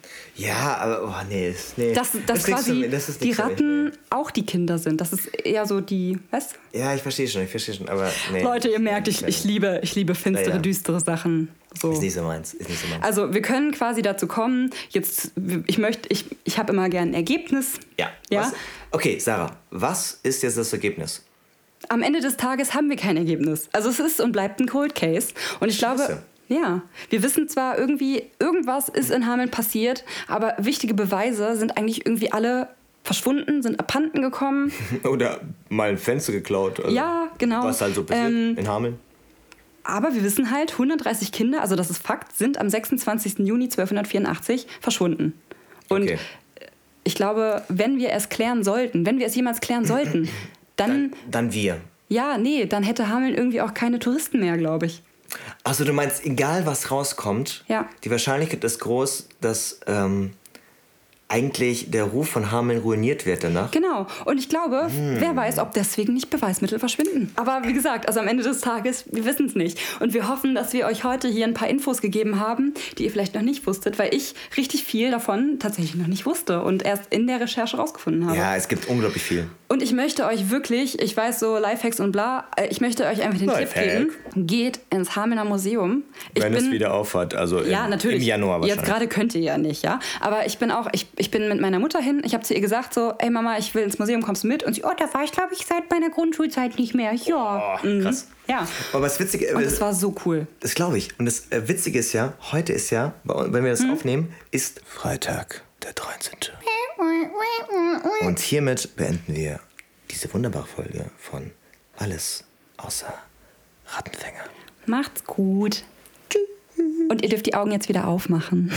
B: aber oh, nee, ist- nee.
D: Dass, dass
B: ist nichts für
D: quasi
B: mich, das ist
D: die
B: nichts für mich, ne?
D: Ratten auch die Kinder sind. Das ist eher so die, was?
B: nee. Ja, ich verstehe schon, ich verstehe schon, aber nee.
D: Leute, ihr merkt, ich, ich liebe, ich liebe finstere,
B: Ja, ja.
D: düstere Sachen. So.
B: Ist nicht so meins, ist nicht so meins.
D: Also wir können quasi dazu kommen, jetzt, ich möchte, ich, ich habe immer gern ein Ergebnis.
B: ja.
D: ja.
B: Was, okay, Sarah, was ist jetzt das Ergebnis? (laughs)
D: Am Ende des Tages haben wir kein Ergebnis. Also es ist und bleibt ein Cold Case. Und ich glaube,
B: Scheiße.
D: ja, wir wissen zwar irgendwie, irgendwas ist in Hameln passiert, aber wichtige Beweise sind eigentlich irgendwie alle verschwunden, sind abhanden gekommen.
B: Oder mal ein Fenster geklaut. also
D: Ja, genau.
B: Was halt so passiert
D: Ähm,
B: in Hameln.
D: Aber wir wissen halt, 130 Kinder, also das ist Fakt, sind am 26. Juni 1284 verschwunden. Und
B: Okay.
D: ich glaube, wenn wir es klären sollten, wenn wir es jemals klären
B: (clears throat)
D: sollten, dann,
B: Dann, dann wir.
D: ja, nee, dann hätte Hameln irgendwie auch keine Touristen mehr, glaube ich.
B: Also du meinst, egal was rauskommt,
D: Ja.
B: die Wahrscheinlichkeit ist groß, dass ähm, eigentlich der Ruf von Hameln ruiniert wird danach.
D: Genau. Und ich glaube,
B: Hm.
D: wer weiß, ob deswegen nicht Beweismittel verschwinden. Aber wie gesagt, also am Ende des Tages, wir wissen es nicht. Und wir hoffen, dass wir euch heute hier ein paar Infos gegeben haben, die ihr vielleicht noch nicht wusstet, weil ich richtig viel davon tatsächlich noch nicht wusste und erst in der Recherche rausgefunden habe.
B: Ja, es gibt unglaublich viel.
D: Und ich möchte euch wirklich, ich weiß so Lifehacks und bla, äh, ich möchte euch einfach den
B: Lifehack.
D: Tipp geben, geht ins Hamelner Museum. Ich
B: Wenn es
D: bin-
B: wieder aufhat, also im,
D: ja, natürlich.
B: im Januar
D: Jetzt
B: wahrscheinlich.
D: gerade könnt ihr ja nicht, ja. Aber ich bin auch, ich, ich bin mit meiner Mutter hin. Ich habe zu ihr gesagt so, ey Mama, ich will ins Museum, kommst du mit? Und sie, oh, da war ich, glaube ich, seit meiner Grundschulzeit nicht mehr. Ja.
B: Oh,
D: Mhm.
B: krass.
D: Ja.
B: Aber das Witzige,
D: Und
B: äh,
D: es war so cool.
B: das glaube ich. Und das äh, Witzige ist ja, heute ist ja, bei- wenn wir
D: Hm?
B: das aufnehmen, ist Freitag, der 13. Und hiermit beenden wir diese wunderbare Folge von Alles außer Rattenfänger.
D: Macht's gut. Tschüss. Und ihr dürft die Augen jetzt wieder aufmachen.